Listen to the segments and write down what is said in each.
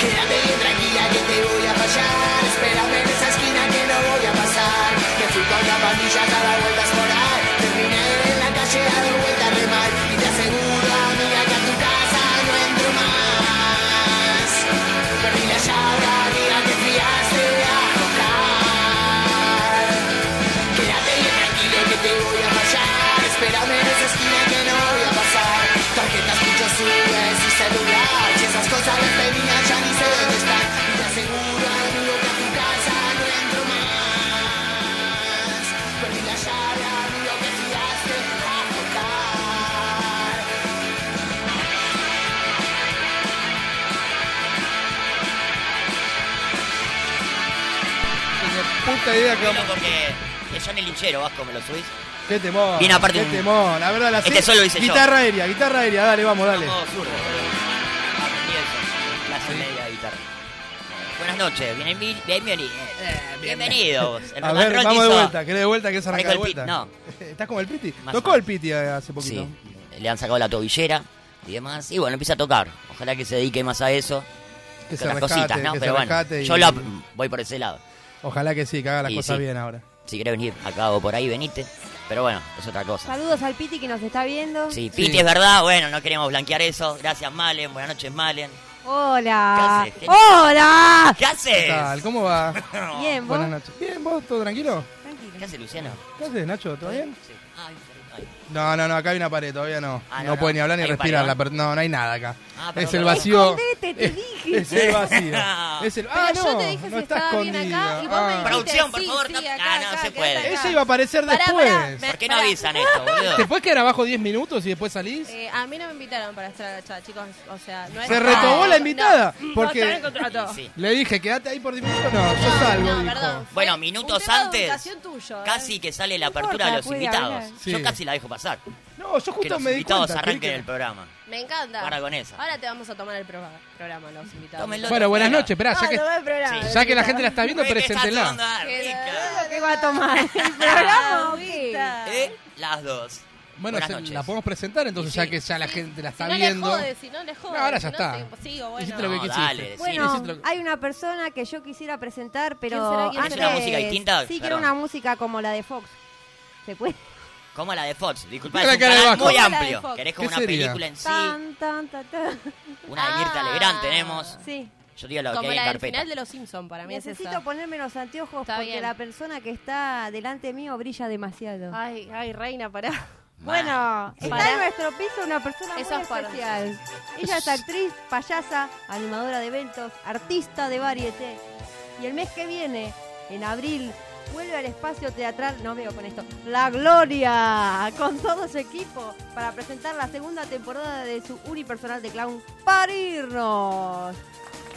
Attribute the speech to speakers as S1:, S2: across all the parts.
S1: Quédate bien tranquila que te voy a fallar Espérame en esa esquina que no voy a pasar Que fui con la pandilla a dar vueltas por ahí Terminé en la calle a dar vueltas re mal Y te aseguro amiga que a tu casa no entro más Perdí la llave amiga que friaste a tocar Quédate bien tranquilo que te voy a fallar Espérame en esa esquina que no voy a pasar Tarjetas, muchos subes y celular Si esas cosas las tenía ya ni sé dónde están Y te aseguro amigo que a tu casa no entro más Perdí la llave amigo que tiraste a tocar
S2: Puta idea que
S3: Bueno,
S2: vamos.
S3: porque que son el linchero, Vasco, ¿me lo subís?
S2: Qué temón.
S3: Bien, aparte
S2: Qué
S3: un-
S2: temón. La verdad, la
S3: Este solo hice yo.
S2: Guitarra aérea, guitarra aérea. Dale, vamos, dale.
S3: Como zurdo. Aprendí eso. Clase media de guitarra. Buenas noches, bien- bien- bienvenido. Bienvenidos. El
S2: Eh, A
S3: rock
S2: ver,
S3: and roll
S2: vamos de
S3: hizo-
S2: vuelta. ¿Querés de vuelta? ¿Querés arrancar de
S3: Parezco el
S2: vuelta?
S3: Pit, no.
S2: ¿Estás como el Piti?
S3: Más
S2: Tocó
S3: o
S2: el Piti eh, hace poquito.
S3: Sí, le han sacado la tobillera y demás. Y bueno, empieza a tocar. Ojalá que se dedique más a eso.
S2: Que se
S3: otras
S2: rescate,
S3: cositas, ¿no?
S2: que se
S3: Pero bueno,
S2: rescate. y-
S3: yo la- voy por ese lado.
S2: Ojalá que sí, que haga las
S3: Y
S2: cosas
S3: sí.
S2: bien ahora.
S3: Si querés venir acá o por ahí, venite. Pero bueno, es otra cosa.
S4: Saludos al Piti que nos está viendo.
S3: Sí, Piti, es verdad. Bueno, no queremos blanquear eso. Gracias, Malen. Buenas noches, Malen.
S4: Hola.
S3: ¿Qué haces? ¿Qué-
S4: Hola.
S3: ¿Qué
S2: ¿Qué tal?
S3: haces?
S2: ¿Cómo va?
S4: Bien, vos.
S2: Buenas noches. Bien, ¿vos? ¿Todo tranquilo?
S3: ¿Qué
S4: Tranquilo.
S3: haces, Luciano?
S2: ¿Qué haces, Nacho? ¿Todo bien?
S3: Sí. Ay, ay.
S2: No, no, no, acá hay una pared, todavía no.
S3: Ah,
S2: no,
S3: no,
S2: puede
S3: no.
S2: ni hablar ni
S3: Hay un
S2: respirar. la
S3: paredón.
S2: per- no, no hay nada acá.
S3: Ah,
S2: es
S3: perdón,
S2: el
S3: perdón.
S2: vacío.
S4: Escondete, te
S2: es-
S4: dije.
S2: Es el vacío. Es el- Eh, Ah,
S5: Pero
S2: no,
S5: yo te dije
S2: no
S5: si
S2: está
S5: estaba bien
S2: escondido.
S5: acá y vos me
S2: Ah.
S5: dijiste,
S3: Producción, por
S5: sí,
S3: favor,
S5: sí,
S3: no-
S5: acá,
S3: ah, no
S5: acá,
S3: se
S5: acá,
S3: puede.
S5: acá.
S2: Ella iba a aparecer
S5: Pará,
S2: después.
S5: pará, me-
S3: ¿Por qué no
S5: pará.
S3: avisan esto, boludo?
S2: ¿Te puedes quedar abajo 10 minutos y después salís?
S5: Eh, a mí no me invitaron para estar a la chava, chicos. O sea, no
S2: Se
S5: era-
S2: retobó la invitada.
S5: No,
S2: porque
S5: no, está en contrato.
S3: Sí.
S2: le dije, quédate ahí por 10 minutos. No, yo salgo,
S5: no,
S2: dijo.
S5: perdón. Fue
S3: Bueno,
S5: un
S3: minutos
S5: tema de
S3: antes,
S5: educación tuyo, eh.
S3: Casi que sale la
S4: No
S3: apertura
S4: importa,
S3: de los
S4: puede
S3: invitados.
S4: hablar.
S2: Sí.
S3: Yo casi la dejo pasar.
S2: No, yo
S3: Que
S2: justo
S3: los
S2: me di
S3: invitados
S2: cuenta. creí
S3: arranquen
S2: que-
S3: el programa.
S5: Me encanta.
S3: Guarda con esa.
S5: Ahora te vamos a tomar el programa, programa los invitados.
S3: Tómenlo.
S2: Bueno, buenas noches. Esperá,
S4: Ah,
S2: ya que,
S4: no va el programa.
S2: ya que la gente la está viendo,
S3: Güey, ¿qué estás tomando?
S2: preséntela.
S3: Ah, rica.
S4: ¿Qué va a tomar? ¿El
S2: Ah,
S4: programa o qué?
S3: ¿Eh? Las dos.
S2: Bueno,
S3: buenas
S2: se-
S3: noches.
S2: la podemos presentar entonces,
S3: Sí,
S2: ya
S3: sí.
S2: que ya la gente la está
S5: si no
S2: viendo.
S5: le jode, si no le jode.
S2: No, ahora
S5: si
S2: ya está.
S5: te- sigo, bueno.
S2: Hiciste lo que
S3: No,
S2: quisiste.
S3: dale, decime.
S4: Bueno,
S2: Decime si te lo-
S4: hay una persona que yo quisiera presentar, pero
S5: ¿Quién será? ¿Quién
S4: antes,
S5: será? ¿Es
S3: una música distinta?
S4: Sí, quiero
S3: Perdón.
S4: una música como la de Fox. ¿Se puede?
S3: Como la de Fox. Disculpa,
S2: Mira
S3: es un
S2: la cara de
S3: canal
S2: Vasco.
S3: muy
S5: Como la de
S3: amplio.
S5: Fox.
S3: Querés
S2: ¿Qué
S3: como una
S2: sería?
S3: película en sí.
S4: Tan, tan, tan, tan.
S3: Una de Mirta
S5: Ah.
S3: Legrand tenemos.
S4: Sí.
S3: Yo digo lo que
S5: Como
S3: hay en
S5: la del
S3: carpeta.
S5: final de Los Simpsons, para mí
S4: Necesito
S5: es esa.
S4: ponerme los anteojos
S5: Está
S4: porque
S5: bien.
S4: la persona que está delante mío brilla demasiado.
S5: Ay, ay, reina, pará.
S4: Bueno, está
S5: Pará.
S4: en nuestro piso una persona
S5: Eso
S4: muy
S5: es para-
S4: especial. Ella es actriz, payasa, animadora de eventos, artista de varieté. Y el mes que viene, en abril, vuelve al espacio teatral, no veo con esto, La Gloria, con todo su equipo, para presentar la segunda temporada de su unipersonal de clown, Parirnos.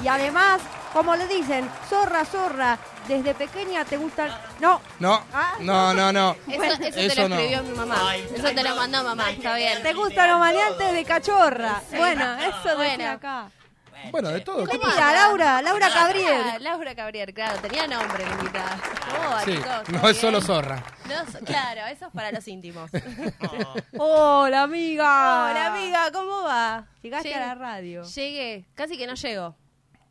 S4: Y además, como le dicen, zorra, zorra, desde pequeña te gustan... No,
S2: No,
S4: Ah.
S2: no, no, no.
S5: Eso, eso, te
S2: Eso
S5: lo
S2: no.
S5: escribió mi mamá.
S3: Ay,
S5: eso te lo mandó mamá, está bien.
S4: te gustan los maleantes de cachorra.
S5: Sí.
S4: Bueno, eso
S5: Bueno.
S4: decía acá.
S2: Bueno, de todo. ¿qué
S4: ¿Cómo
S2: pasa?
S4: era? Laura, Laura
S3: Laura.
S5: Ah,
S4: Gabriel.
S5: Laura Cabrier, claro, tenía nombre la invitada. Oh,
S2: Sí,
S5: chicos,
S2: no
S5: ¿todo
S2: es solo
S5: bien?
S2: zorra.
S5: No so- claro, eso es para los íntimos.
S3: Oh,
S4: Hola, amiga.
S5: Hola amiga, ¿cómo va?
S4: Llegaste
S5: Llegué-
S4: a la radio.
S5: Llegué, casi que no llego.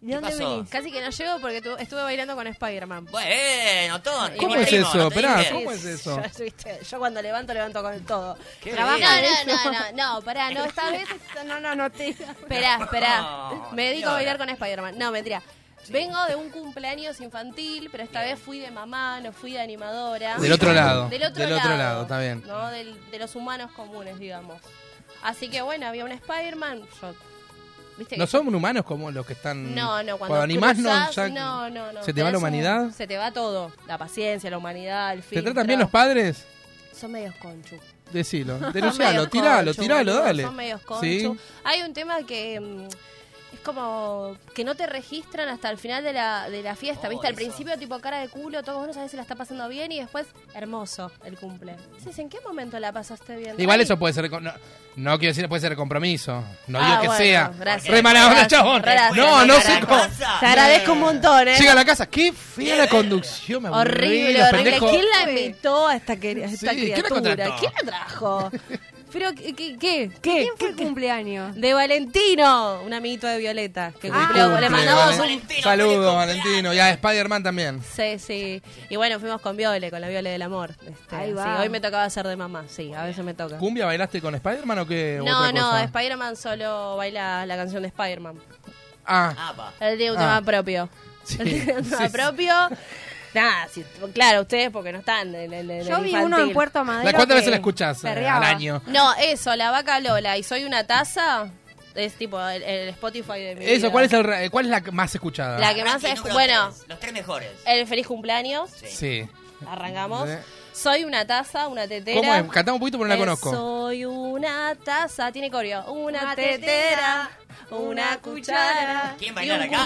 S4: ¿De dónde
S3: pasó?
S4: venís?
S5: Casi que no llego porque tu- estuve bailando con Spider-Man.
S3: Bueno, Ton.
S2: ¿Cómo
S3: mi
S2: es
S3: primo,
S2: eso?
S3: ¿no te
S2: Esperá,
S3: dije?
S2: ¿cómo es eso?
S5: Yo, viste, yo cuando levanto, levanto con todo.
S3: Qué
S5: Trabaja
S3: bien.
S5: no, no, no, no, no, pará, no, esta vez. No, no, no, te. Esperá, esperá.
S3: No,
S5: Me dedico
S3: señora.
S5: a bailar con Spider-Man. No, mentira. Vengo de un cumpleaños infantil, pero esta vez fui de mamá, no fui de animadora.
S2: Del otro lado.
S5: Del otro
S2: Del
S5: lado.
S2: otro lado, está bien.
S5: ¿no? Del- de los humanos comunes, digamos. Así que bueno, había un Spider-Man. Yo. ¿Viste que
S2: No somos humanos como los que están.
S5: no, no, cuando,
S2: animás no,
S5: cruzás,
S2: ya-
S5: no, no, no.
S2: ¿Se te va
S5: Tenés
S2: la
S5: un-
S2: humanidad?
S5: se te va todo. La paciencia, la humanidad, el
S2: ¿Te
S5: filtro.
S2: tratan bien los padres?
S5: Son medios conchu.
S2: Decilo.
S5: Son medios
S2: Denuncialo, tiralo,
S5: conchu,
S2: tiralo,
S5: boludo,
S2: dale.
S5: Son medios conchu.
S2: ¿Sí?
S5: Hay un tema que... mm, es como que no te registran hasta el final de la, de la fiesta,
S3: Oh,
S5: ¿viste? Al
S3: eso.
S5: principio, tipo cara de culo, todos vos a veces la está pasando bien y después, hermoso el cumple. Dices, ¿en qué momento la pasaste bien?
S2: Igual
S5: Ay,
S2: eso puede ser. con- No, no quiero decir puede ser compromiso. No
S5: Ah,
S2: digo que
S5: bueno,
S2: sea.
S5: gracias.
S2: Re mala onda,
S5: Gracias,
S2: chabón.
S5: gracias,
S2: no, no sé
S5: carajo.
S2: cómo.
S4: Te agradezco un montón, ¿eh?
S2: Llega a la casa. Qué fea la conducción, me aburrí,
S5: Horrible,
S2: los
S5: horrible.
S2: pendejos.
S5: ¿Quién la invitó a esta, quer- a esta
S2: Sí, ¿quién la
S5: criatura?
S2: contrató?
S5: ¿Quién la trajo? Pero, ¿qué? ¿Qué? ¿Qué?
S4: ¿Quién fue
S5: ¿Qué-
S4: el
S5: qué?
S4: cumpleaños?
S5: De Valentino, un amiguito de Violeta, que
S4: Ah,
S5: cumplió-
S4: cumple,
S5: le mandamos
S2: Valen-
S5: un...
S3: Valentino,
S2: Saludos,
S3: feliz
S2: Valentino. Y a Spider-Man también.
S5: Sí, sí. Y bueno, fuimos con Viole, con la Viole del Amor. este,
S4: Ahí
S5: sí,
S4: va.
S5: hoy me tocaba ser de mamá, sí, a veces me toca.
S2: ¿Cumbia bailaste con Spider-Man o qué? u
S5: No,
S2: otra
S5: no,
S2: cosa?
S5: Spider-Man solo baila la canción de Spider-Man.
S2: Ah,
S3: Ah, pa.
S5: Él tiene un
S2: Ah.
S5: tema propio.
S2: Sí,
S5: Él tiene un
S2: sí,
S5: tema
S2: sí.
S5: propio. Nada, sí, claro, ustedes porque no están en el, en el
S4: Yo vi
S5: infantil.
S4: uno en Puerto Madero.
S2: ¿La ¿cuántas
S4: que
S2: veces la escuchás eh, al
S4: perreaba.
S2: año?
S5: No, eso, la vaca Lola y soy una taza es tipo el, el Spotify de mi
S2: Eso,
S5: vida.
S2: ¿cuál es, el ra- cuál es la que más escuchada?
S5: La que más
S3: Ranking
S5: es
S3: número
S5: bueno, Eh,
S3: tres, Los tres mejores.
S5: el feliz cumpleaños.
S2: Sí.
S5: Arrancamos.
S2: Eh.
S5: Soy una taza, una tetera.
S2: ¿Cómo es? Cantamos un poquito porque no la
S5: Eh,
S2: conozco.
S5: Soy una taza, tiene coreo. Una,
S4: Una
S5: tetera,
S4: tetera,
S5: una cuchara.
S3: ¿Quieren
S5: y
S3: bailar
S5: un
S3: acá? Ah,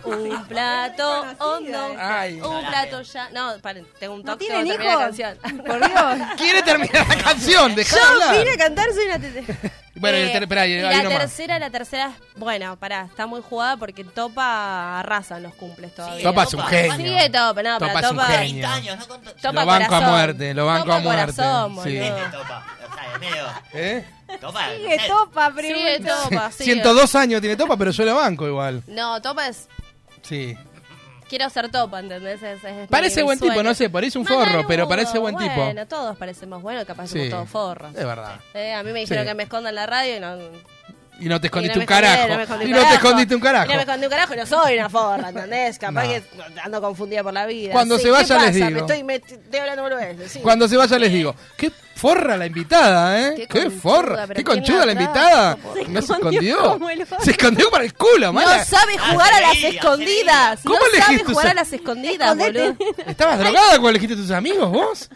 S5: cucharón, un plato
S4: Muy conocida
S5: hondo,
S4: esa.
S2: Ay.
S5: un
S3: No,
S5: plato
S3: la-
S5: ya. No, paren, tengo un
S4: ¿No
S5: toque
S4: tienen
S5: de
S4: hijos?
S5: la canción.
S4: Por Dios.
S2: ¿Quiere terminar la canción? Dejá de
S4: Yo
S2: hablar.
S4: vine a cantar soy una tetera.
S2: Bueno,
S5: Eh,
S2: y, ter- esperá, y
S5: y
S2: hay
S5: la
S2: uno más.
S5: tercera, la tercera es. Bueno, pará, está muy jugada porque Topa arrasa en los cumples todavía.
S2: Topa es un
S3: Topa.
S2: genio.
S5: Sigue Topa,
S2: Topa
S5: no, pero
S2: es un
S5: Topa.
S2: genio.
S3: 30 años, ¿no? ¿Cuánto?
S5: Topa
S2: Lo banco a
S5: corazón.
S2: muerte, lo banco
S5: Topa
S2: a muerte,
S5: corazón,
S2: sí.
S5: boludo.
S3: Vete, Este, topa. O sea, es medio.
S2: ¿Eh?
S3: Topa.
S4: Sigue
S3: no sé.
S4: topa, primo.
S5: Sigue Topa, sigue.
S2: 102 años tiene Topa, pero yo la banco igual.
S5: No, Topa es.
S2: Sí.
S5: Quiero ser topa, ¿entendés? Es- es mi-
S2: Parece
S5: mi
S2: buen tipo,
S5: sueño.
S2: no sé, parece un
S5: Macanudo,
S2: forro, pero parece buen tipo.
S5: Bueno, todos parecemos buenos, capaz somos
S2: Sí.
S5: todos forros.
S2: Es verdad.
S5: Eh, a mí me dijeron
S2: Sí.
S5: que me escondan la radio y no.
S2: Y no te escondiste
S5: y no me
S2: un
S5: escondí,
S2: carajo.
S5: no me escondí
S2: y
S5: un
S2: no te
S5: carajo.
S2: escondiste un
S5: Y no me
S2: carajo.
S5: escondí un carajo y no soy una forra, ¿entendés? Capaz
S2: No.
S5: que ando confundida por la vida.
S2: Cuando se
S5: ¿qué
S2: vaya les
S5: pasa?
S2: digo.
S5: Me estoy, me estoy hablando boludeces, sí.
S2: Cuando se vaya les digo, qué forra la invitada, ¿eh?
S5: Qué
S2: Qué,
S5: conchuda,
S2: forra,
S5: pero
S2: qué
S5: ¿quién
S2: conchuda
S5: la
S2: la
S5: trajo?
S2: invitada.
S4: Se
S2: no se
S4: escondió
S2: escondió.
S4: como el orto.
S2: Se escondió para el culo, mala.
S5: No sabe
S3: Ah,
S5: jugar a las
S3: creía,
S2: creía.
S5: escondidas.
S2: ¿Cómo
S5: no sabe
S2: elegiste
S5: jugar
S2: esa-
S5: a las escondidas,
S4: Escondete.
S5: boludo.
S2: ¿Estabas drogada cuando elegiste tus amigos vos?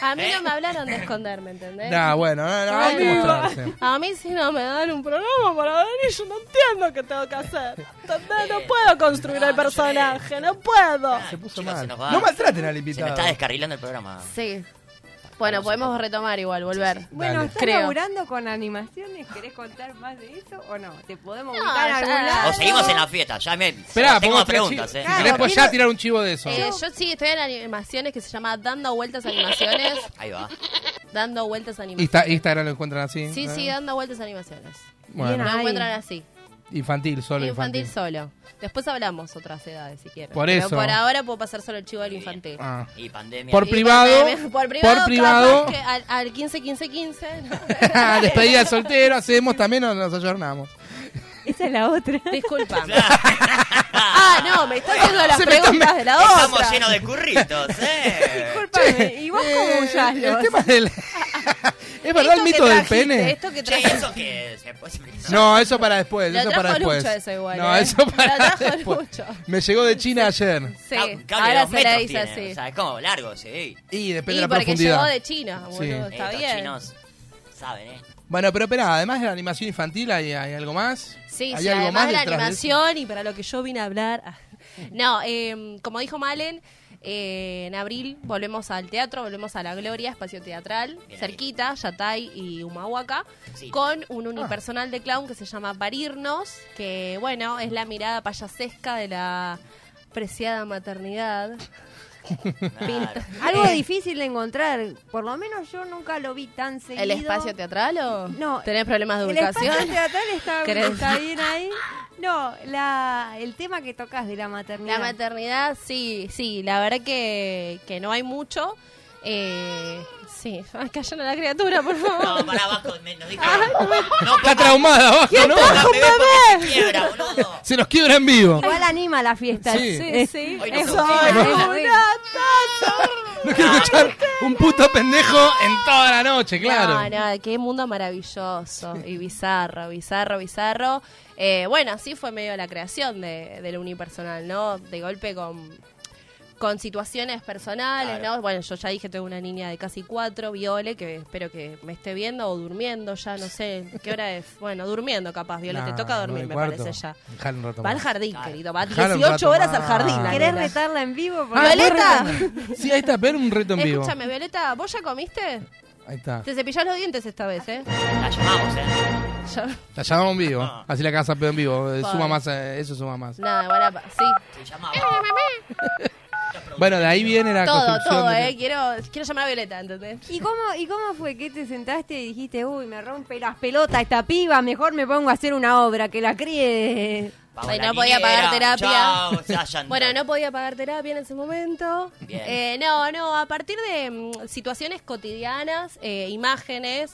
S5: A mí no me hablaron de esconderme, ¿entendés?
S2: Nah, bueno, no, no, hay que
S5: Bueno.
S2: mostrarse.
S5: A mí si no me dan un programa para venir, yo no entiendo qué tengo que hacer. ¿Entendés? No puedo construir el personaje, no puedo.
S3: Ah,
S2: Se puso
S3: chicos,
S2: mal.
S3: se nos va.
S2: No maltraten al
S3: Se nos
S2: invitado.
S3: está descarrilando el programa.
S5: Sí. Bueno, podemos retomar igual, volver.
S4: Bueno,
S2: Dale.
S4: ¿estás
S5: Creo.
S4: laburando con animaciones? ¿Querés contar más de eso o no? ¿Te podemos
S5: No,
S4: ubicar a
S5: ya.
S4: algún
S3: O
S4: lado?
S3: seguimos en la fiesta. Ya me.
S2: Esperá,
S3: tengo
S2: podemos tirar
S3: más preguntas,
S2: chi-
S3: ¿eh?
S2: Si querés,
S4: Claro,
S2: pues
S4: quiero-
S2: ya tirar un chivo de eso.
S5: Eh, yo sí estoy en animaciones que se llama Dando Vueltas Animaciones.
S3: Ahí va.
S5: Dando Vueltas Animaciones.
S2: Insta- Instagram lo encuentran así.
S5: Sí,
S2: ¿eh?
S5: sí, Dando Vueltas Animaciones.
S2: Bueno,
S4: Bien,
S5: Lo
S4: Ay.
S5: encuentran así.
S2: infantil, solo
S5: Infantil,
S2: infantil.
S5: solo. Después hablamos otras edades si quieren.
S2: Por eso.
S5: Pero por ahora puedo pasar solo el chivo del infantil.
S2: Ah.
S3: Y pandemia.
S2: Por
S5: Y
S2: privado,
S5: bueno, por
S2: por
S5: privado,
S2: privado.
S5: capaz que al, al 15, 15, 15.
S2: Ah. Despedida de soltero, hacemos también, nos, nos ayornamos.
S4: Esa es la otra.
S5: Disculpa. ah, no, me está haciendo las
S2: Se me
S5: preguntas
S2: está-
S5: de la otra.
S3: Estamos llenos de curritos, ¿eh?
S4: Disculpame, ¿y vos
S2: Eh,
S4: cómo usás
S2: El
S4: los-
S2: tema del. ¿Es verdad
S5: Esto
S2: el
S5: que
S2: mito del
S5: trajiste,
S2: pene?
S5: Esto que
S3: Che,
S5: trajiste.
S3: ¿eso qué es? Después se-
S2: No, eso para después.
S5: Lo
S2: eso
S5: trajo
S2: para después.
S5: Lucho eso igual,
S2: no,
S5: ¿eh?
S2: eso
S5: Lo
S2: para
S5: trajo
S2: después.
S5: Lucho.
S2: Me llegó de China ayer.
S5: Sí,
S3: Cab- cable de
S5: ahora
S3: dos
S5: se la
S3: Ah, metros
S5: dice
S3: tiene,
S5: así.
S3: O sea, es como largo, sí. Eh,
S2: Y depende
S5: y
S2: de la
S5: porque
S2: profundidad.
S5: llegó de China, boludo,
S2: Sí.
S5: está
S3: Estos
S5: bien.
S3: Eh, chinos saben, ¿eh?
S2: Bueno, pero espera, además de la animación infantil, ¿hay, hay algo más?
S5: Sí,
S2: ¿Hay
S5: sí,
S2: algo
S5: además
S2: más
S5: de la
S2: detrás eso?
S5: animación y para lo que yo vine a hablar. ah. No, eh, como dijo Malen, eh, en abril volvemos al teatro, volvemos a La Gloria, espacio teatral,
S3: Bien ahí.
S5: cerquita, Yatay y Humahuaca,
S3: Sí.
S5: con
S2: Ah.
S5: un unipersonal de clown que se llama Parirnos, que bueno, es la mirada payasesca de la preciada maternidad.
S3: Claro.
S4: Algo difícil de encontrar. Por lo menos yo nunca lo vi tan seguido.
S5: ¿El espacio teatral o
S4: No.
S5: tenés problemas de
S4: El espacio
S5: ubicación?
S4: teatral está,
S5: ¿Querés?
S4: está bien ahí. No, la, el tema que tocas de la maternidad.
S5: La maternidad, sí, sí, la verdad que, que no hay mucho. Eh, sí, Ay, callen a la criatura, por favor.
S3: No, para abajo, me- nos dijo.
S5: Ah.
S3: No,
S2: Está traumada abajo, ¿no?
S3: pongas bebé porque se quiebra, boludo.
S2: Se nos quiebra en vivo.
S4: Igual anima la fiesta.
S2: Sí.
S4: Eh,
S5: sí.
S3: Hoy no
S4: Eso
S3: somos
S4: es,
S3: libres.
S4: es la regla.
S2: No quiero escuchar un puto pendejo en toda la noche, claro.
S5: No, no, Ah, qué mundo maravilloso y bizarro, bizarro, bizarro. Eh, bueno, así fue medio la creación de, del unipersonal, ¿no? De golpe con, con situaciones personales,
S3: Claro.
S5: ¿no? Bueno, yo ya dije, tengo una niña de casi cuatro, Viole, que espero que me esté viendo o durmiendo ya, no sé, ¿qué hora es? Bueno, durmiendo capaz, Viole, te toca dormir, me parece ya.
S2: Dejalo un rato
S5: Va al
S2: más.
S5: jardín,
S3: Claro.
S5: querido, va
S2: Dejalo un
S5: 18
S2: rato
S5: horas al
S2: más.
S5: jardín. la
S4: ¿Querés
S5: nena.
S4: retarla en vivo?
S2: Ah,
S5: Violeta.
S2: vos reto- Sí, ahí está, ver un reto en vivo.
S5: Escúchame, Violeta, ¿vos ya comiste?
S2: Ahí está.
S5: Te cepillás los dientes esta vez, ¿eh?
S3: La llamamos, ¿eh?
S5: Ya-
S2: La llamamos en vivo. Así la casa pedo en vivo. Eh,
S5: Vale.
S2: Suma más, eh, eso suma más.
S5: Nada, bueno, pa- sí.
S3: Se llamaba.
S2: Bueno, de ahí viene la
S5: Todo,
S2: construcción.
S5: todo,
S2: de-
S5: ¿eh? Quiero, quiero llamar a Violeta, ¿entendés?
S4: ¿Y cómo, ¿Y cómo fue que te sentaste y dijiste, uy, me rompe las pelotas esta piba, mejor me pongo a hacer una obra, que la críe?
S3: Vamos,
S5: Ay,
S3: la
S5: no podía pagar
S3: niñera.
S5: terapia.
S3: Chao, se vayan.
S5: Bueno, no podía pagar terapia en ese momento.
S3: Bien.
S5: Eh, no, no, a partir de mm, situaciones cotidianas, eh, imágenes,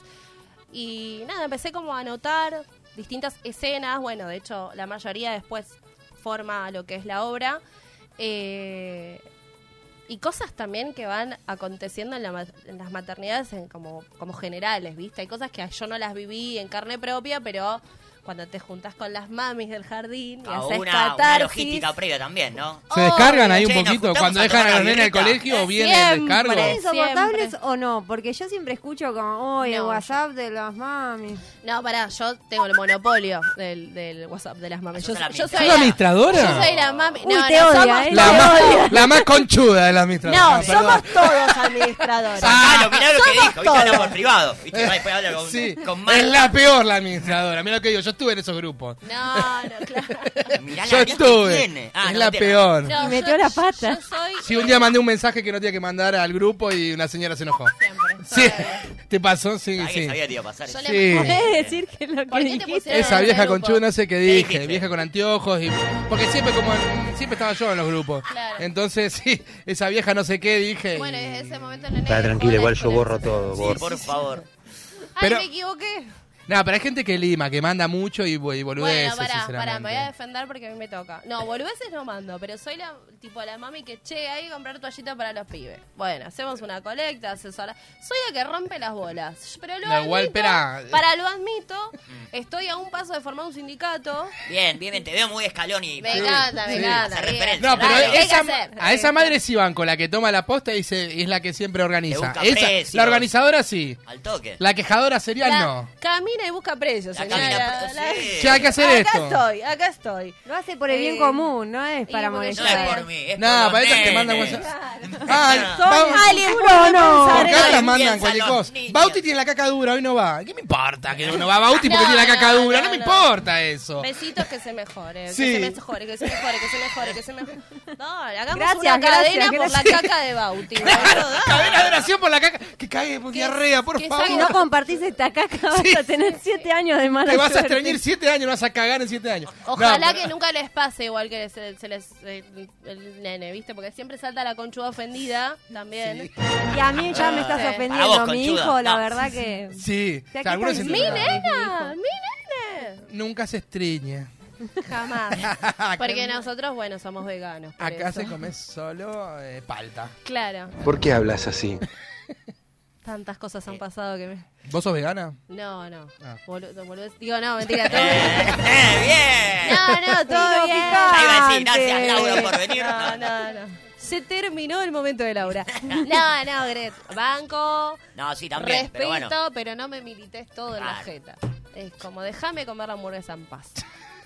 S5: y nada, empecé como a anotar distintas escenas, bueno, de hecho la mayoría después forma lo que es la obra, eh, y cosas también que van aconteciendo en, la ma- en las maternidades en como, como generales, ¿viste? Hay cosas que yo no las viví en carne propia, pero... Cuando te juntas con las mamis del jardín y
S3: Ah,
S5: haces
S3: una, una
S5: catarsis.
S3: logística previa también, ¿no?
S2: ¿Se descargan
S5: Obvio,
S2: ahí un
S3: che, nos
S2: poquito?
S3: juntamos
S2: Cuando
S3: a
S2: dejan a
S3: tomar
S2: los
S3: la
S2: nenes del
S3: birrita.
S2: colegio, viene el
S5: Siempre.
S2: descargo.
S4: ¿Son insoportables
S5: Siempre.
S4: o no? Porque yo siempre escucho como, uy, el
S5: No,
S4: WhatsApp de las mamis.
S5: No, pará, yo tengo el monopolio del, del WhatsApp de las mamis.
S3: Ah, sos la
S5: yo
S3: administra-
S5: soy
S2: ¿Sos administradora?
S5: Yo soy la mami.
S4: Uy,
S5: no,
S4: te
S5: no,
S4: odia,
S5: somos
S4: ¿eh?
S2: La,
S4: Te odia.
S2: más, la más conchuda de la administración. Ah,
S5: No,
S2: perdón.
S5: somos todos administradores.
S3: Sacalo, Ah, mirá lo que
S5: somos
S3: dijo, viste, habla
S5: todos.
S3: por privado. Viste, va, después habla con,
S2: Eh, Sí,
S3: con
S2: es
S3: Marta.
S2: la peor la administradora. Mira lo que digo, yo estuve en esos grupos.
S5: No, no, claro.
S3: Mirá la
S2: yo
S3: nariz que
S2: estuve.
S3: tiene. Ah,
S2: es
S3: no,
S2: la
S3: mentira.
S2: peor.
S5: No,
S4: Y metió la pata.
S5: Yo soy.
S2: Si un día mandé un mensaje que no tenía que mandar al grupo y una señora se enojó.
S5: Siempre.
S2: Sí, ¿te pasó? Sí,
S3: Sabía que
S2: sí.
S3: sabía que te iba a pasar.
S5: Yo
S3: eso.
S5: le-
S2: Sí.
S4: ¿Puedes decir que lo que
S5: ¿Por qué te
S4: dijiste?
S5: pusieron
S2: Esa
S5: en
S2: vieja
S5: el grupo?
S2: conchuda, no sé qué
S3: ¿Qué
S2: dije,
S3: dijiste?
S2: vieja con anteojos y porque siempre como en- siempre estaba yo en los grupos.
S5: Claro.
S2: Entonces, sí, esa vieja no sé qué dije.
S5: Bueno, eh.
S2: y-
S5: desde ese momento no
S6: Está tranquilo, igual yo borro todo.
S3: Sí,
S6: borro.
S3: por favor.
S5: Ay,
S2: Pero-
S5: me equivoqué.
S2: Nah, pero hay gente que lima, que manda mucho y, bo- y boludeces,
S5: Bueno, pará, pará,
S2: sinceramente.
S5: me voy a defender porque a mí me toca. No, boludeces no mando, pero soy la tipo la mami que, che, hay que comprar toallita para los pibes. Bueno, hacemos una colecta, asesora. Soy la que rompe las bolas. Pero lo
S2: No,
S5: admito,
S2: igual, eh. pará.
S5: para lo admito, estoy a un paso de formar un sindicato.
S3: Bien, bien, bien, te veo muy escalón y.
S5: Me encanta, me
S2: sí.
S5: encanta.
S3: Hacer
S5: bien.
S3: referencia.
S2: No, pero
S5: Dale, ¿qué hay que
S2: esa-
S5: hacer?
S2: a esa madre sí van con la que toma la posta y, se- y es la que siempre
S3: Le
S2: organiza.
S3: busca
S2: Esa-
S3: precios.
S2: la organizadora sí.
S3: Al toque.
S2: La quejadora serial
S5: La-
S2: no.
S5: Camina y busca precios,
S3: La
S5: señora.
S3: camina-
S5: La-
S3: sí.
S2: Che, hay que hacer
S5: acá
S2: esto.
S5: estoy, acá estoy.
S4: Lo hace por el bien
S5: Eh,
S4: común, no es
S5: y
S4: para
S5: porque yo-
S3: No es
S4: molestar.
S3: por mí, es
S2: No,
S3: por los
S2: para esas que
S3: nenes.
S2: mandan cosas- Ah, vamos-
S4: aliens, puro no.
S2: ¿Por qué
S3: Ay,
S2: las
S3: piensan
S2: mandan cualquier
S3: los
S2: cosa?
S3: niños.
S2: Bauti tiene la caca dura, hoy no va. ¿Qué me importa que no va Bauti porque
S5: No,
S2: tiene la caca
S5: no,
S2: dura?
S5: no,
S2: No, me
S5: no.
S2: importa eso.
S5: Besitos que se mejore,
S2: Sí.
S5: que se mejore, que se mejore, que se mejore, que se mejore. No, hagamos
S4: Gracias,
S5: una cadena
S4: gracias,
S5: por la
S4: gracias.
S5: caca de Bauti. boludo, dale.
S2: Cadena de oración por la caca. Que cague por diarrea, por
S5: que
S4: Si
S2: favor.
S4: no compartís esta caca, vas
S2: Sí.
S4: a tener siete años de mala
S2: Te vas a
S4: suerte.
S2: estreñir siete años, no vas a cagar en siete años.
S5: Ojalá
S2: No,
S5: que nunca les pase igual que se, se les eh, el nene, ¿viste? Porque siempre salta la conchuda ofendida también.
S4: Y a mí ya me estás
S5: Para
S4: ofendiendo.
S3: vos,
S4: mi
S3: conchuda.
S4: hijo, la
S3: No.
S4: verdad que...
S2: Sí,
S4: Te
S2: o sea, algunos
S4: quitan
S2: se
S4: mis
S5: ¡Mi
S2: enojan.
S5: nena! ¡Mi nene!
S2: Nunca se estreñe.
S5: Jamás. Porque nosotros, bueno, somos veganos. por
S2: Acá
S5: eso.
S2: se come solo eh, palta.
S5: Claro.
S6: ¿Por qué hablas así?
S5: Tantas cosas han pasado que me...
S2: ¿Vos sos vegana?
S5: No, no.
S2: Eh. Ah.
S5: Boludo, boludo. Digo, no, mentira.
S3: Eh,
S5: todo-
S3: eh, bien.
S5: No, no, todo
S4: no,
S5: bien.
S4: fijá.
S3: Ahí va a decir, gracias, Laura, por venir.
S5: No, no, no. Se terminó el momento de Laura. No, no, Gret. Banco.
S3: No, sí, también,
S5: Respeto,
S3: pero bueno.
S5: no me milites todo en la
S3: Claro.
S5: jeta. Es como, déjame comer la hamburguesa en paz.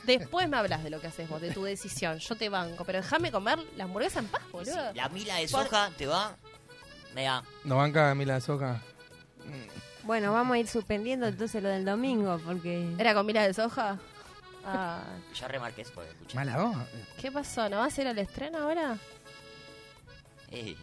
S5: Después me hablas de lo que haces vos, de tu decisión. Yo te banco, pero déjame comer la hamburguesa en paz,
S3: Sí,
S5: boludo.
S3: La mila de soja te va. Me da.
S2: ¿No banca a mí la soca?
S4: Bueno, vamos a ir suspendiendo entonces lo del domingo, porque...
S5: ¿Era con milas de soja? Ah,
S3: Ya remarqué eso porque escuché.
S2: Mala voz.
S5: ¿Qué pasó? ¿No vas a ir al estreno ahora?
S3: Eh,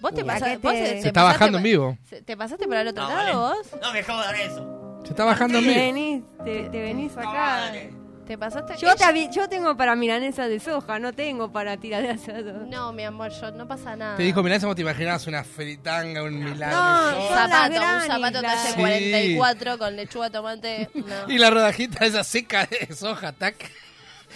S5: ¿Vos te
S4: Uh.
S5: pasaste?
S4: Acá te-
S5: vos
S4: Se
S5: te
S2: está
S5: pasaste
S2: bajando
S5: por-
S2: en vivo.
S5: se- ¿Te pasaste por el otro
S3: No,
S5: lado vos?
S3: No me jodan eso.
S2: Se está bajando
S4: Te
S2: en vivo.
S4: venís, te, te venís acá.
S3: Madre.
S5: ¿Te pasaste?
S4: Yo, te avi- yo tengo para milanesa de soja, no tengo para tirar de asado.
S5: No, mi amor, yo no pasa nada.
S2: Te dijo, mirá, vos te imaginabas una fritanga, un
S4: No,
S2: milagro.
S5: un
S4: Ah, son
S5: zapato,
S4: las
S5: un
S4: granis,
S5: zapato
S4: las-
S5: talle
S2: Sí.
S5: 44 con lechuga tomate. No.
S2: Y la rodajita esa seca de soja, tac.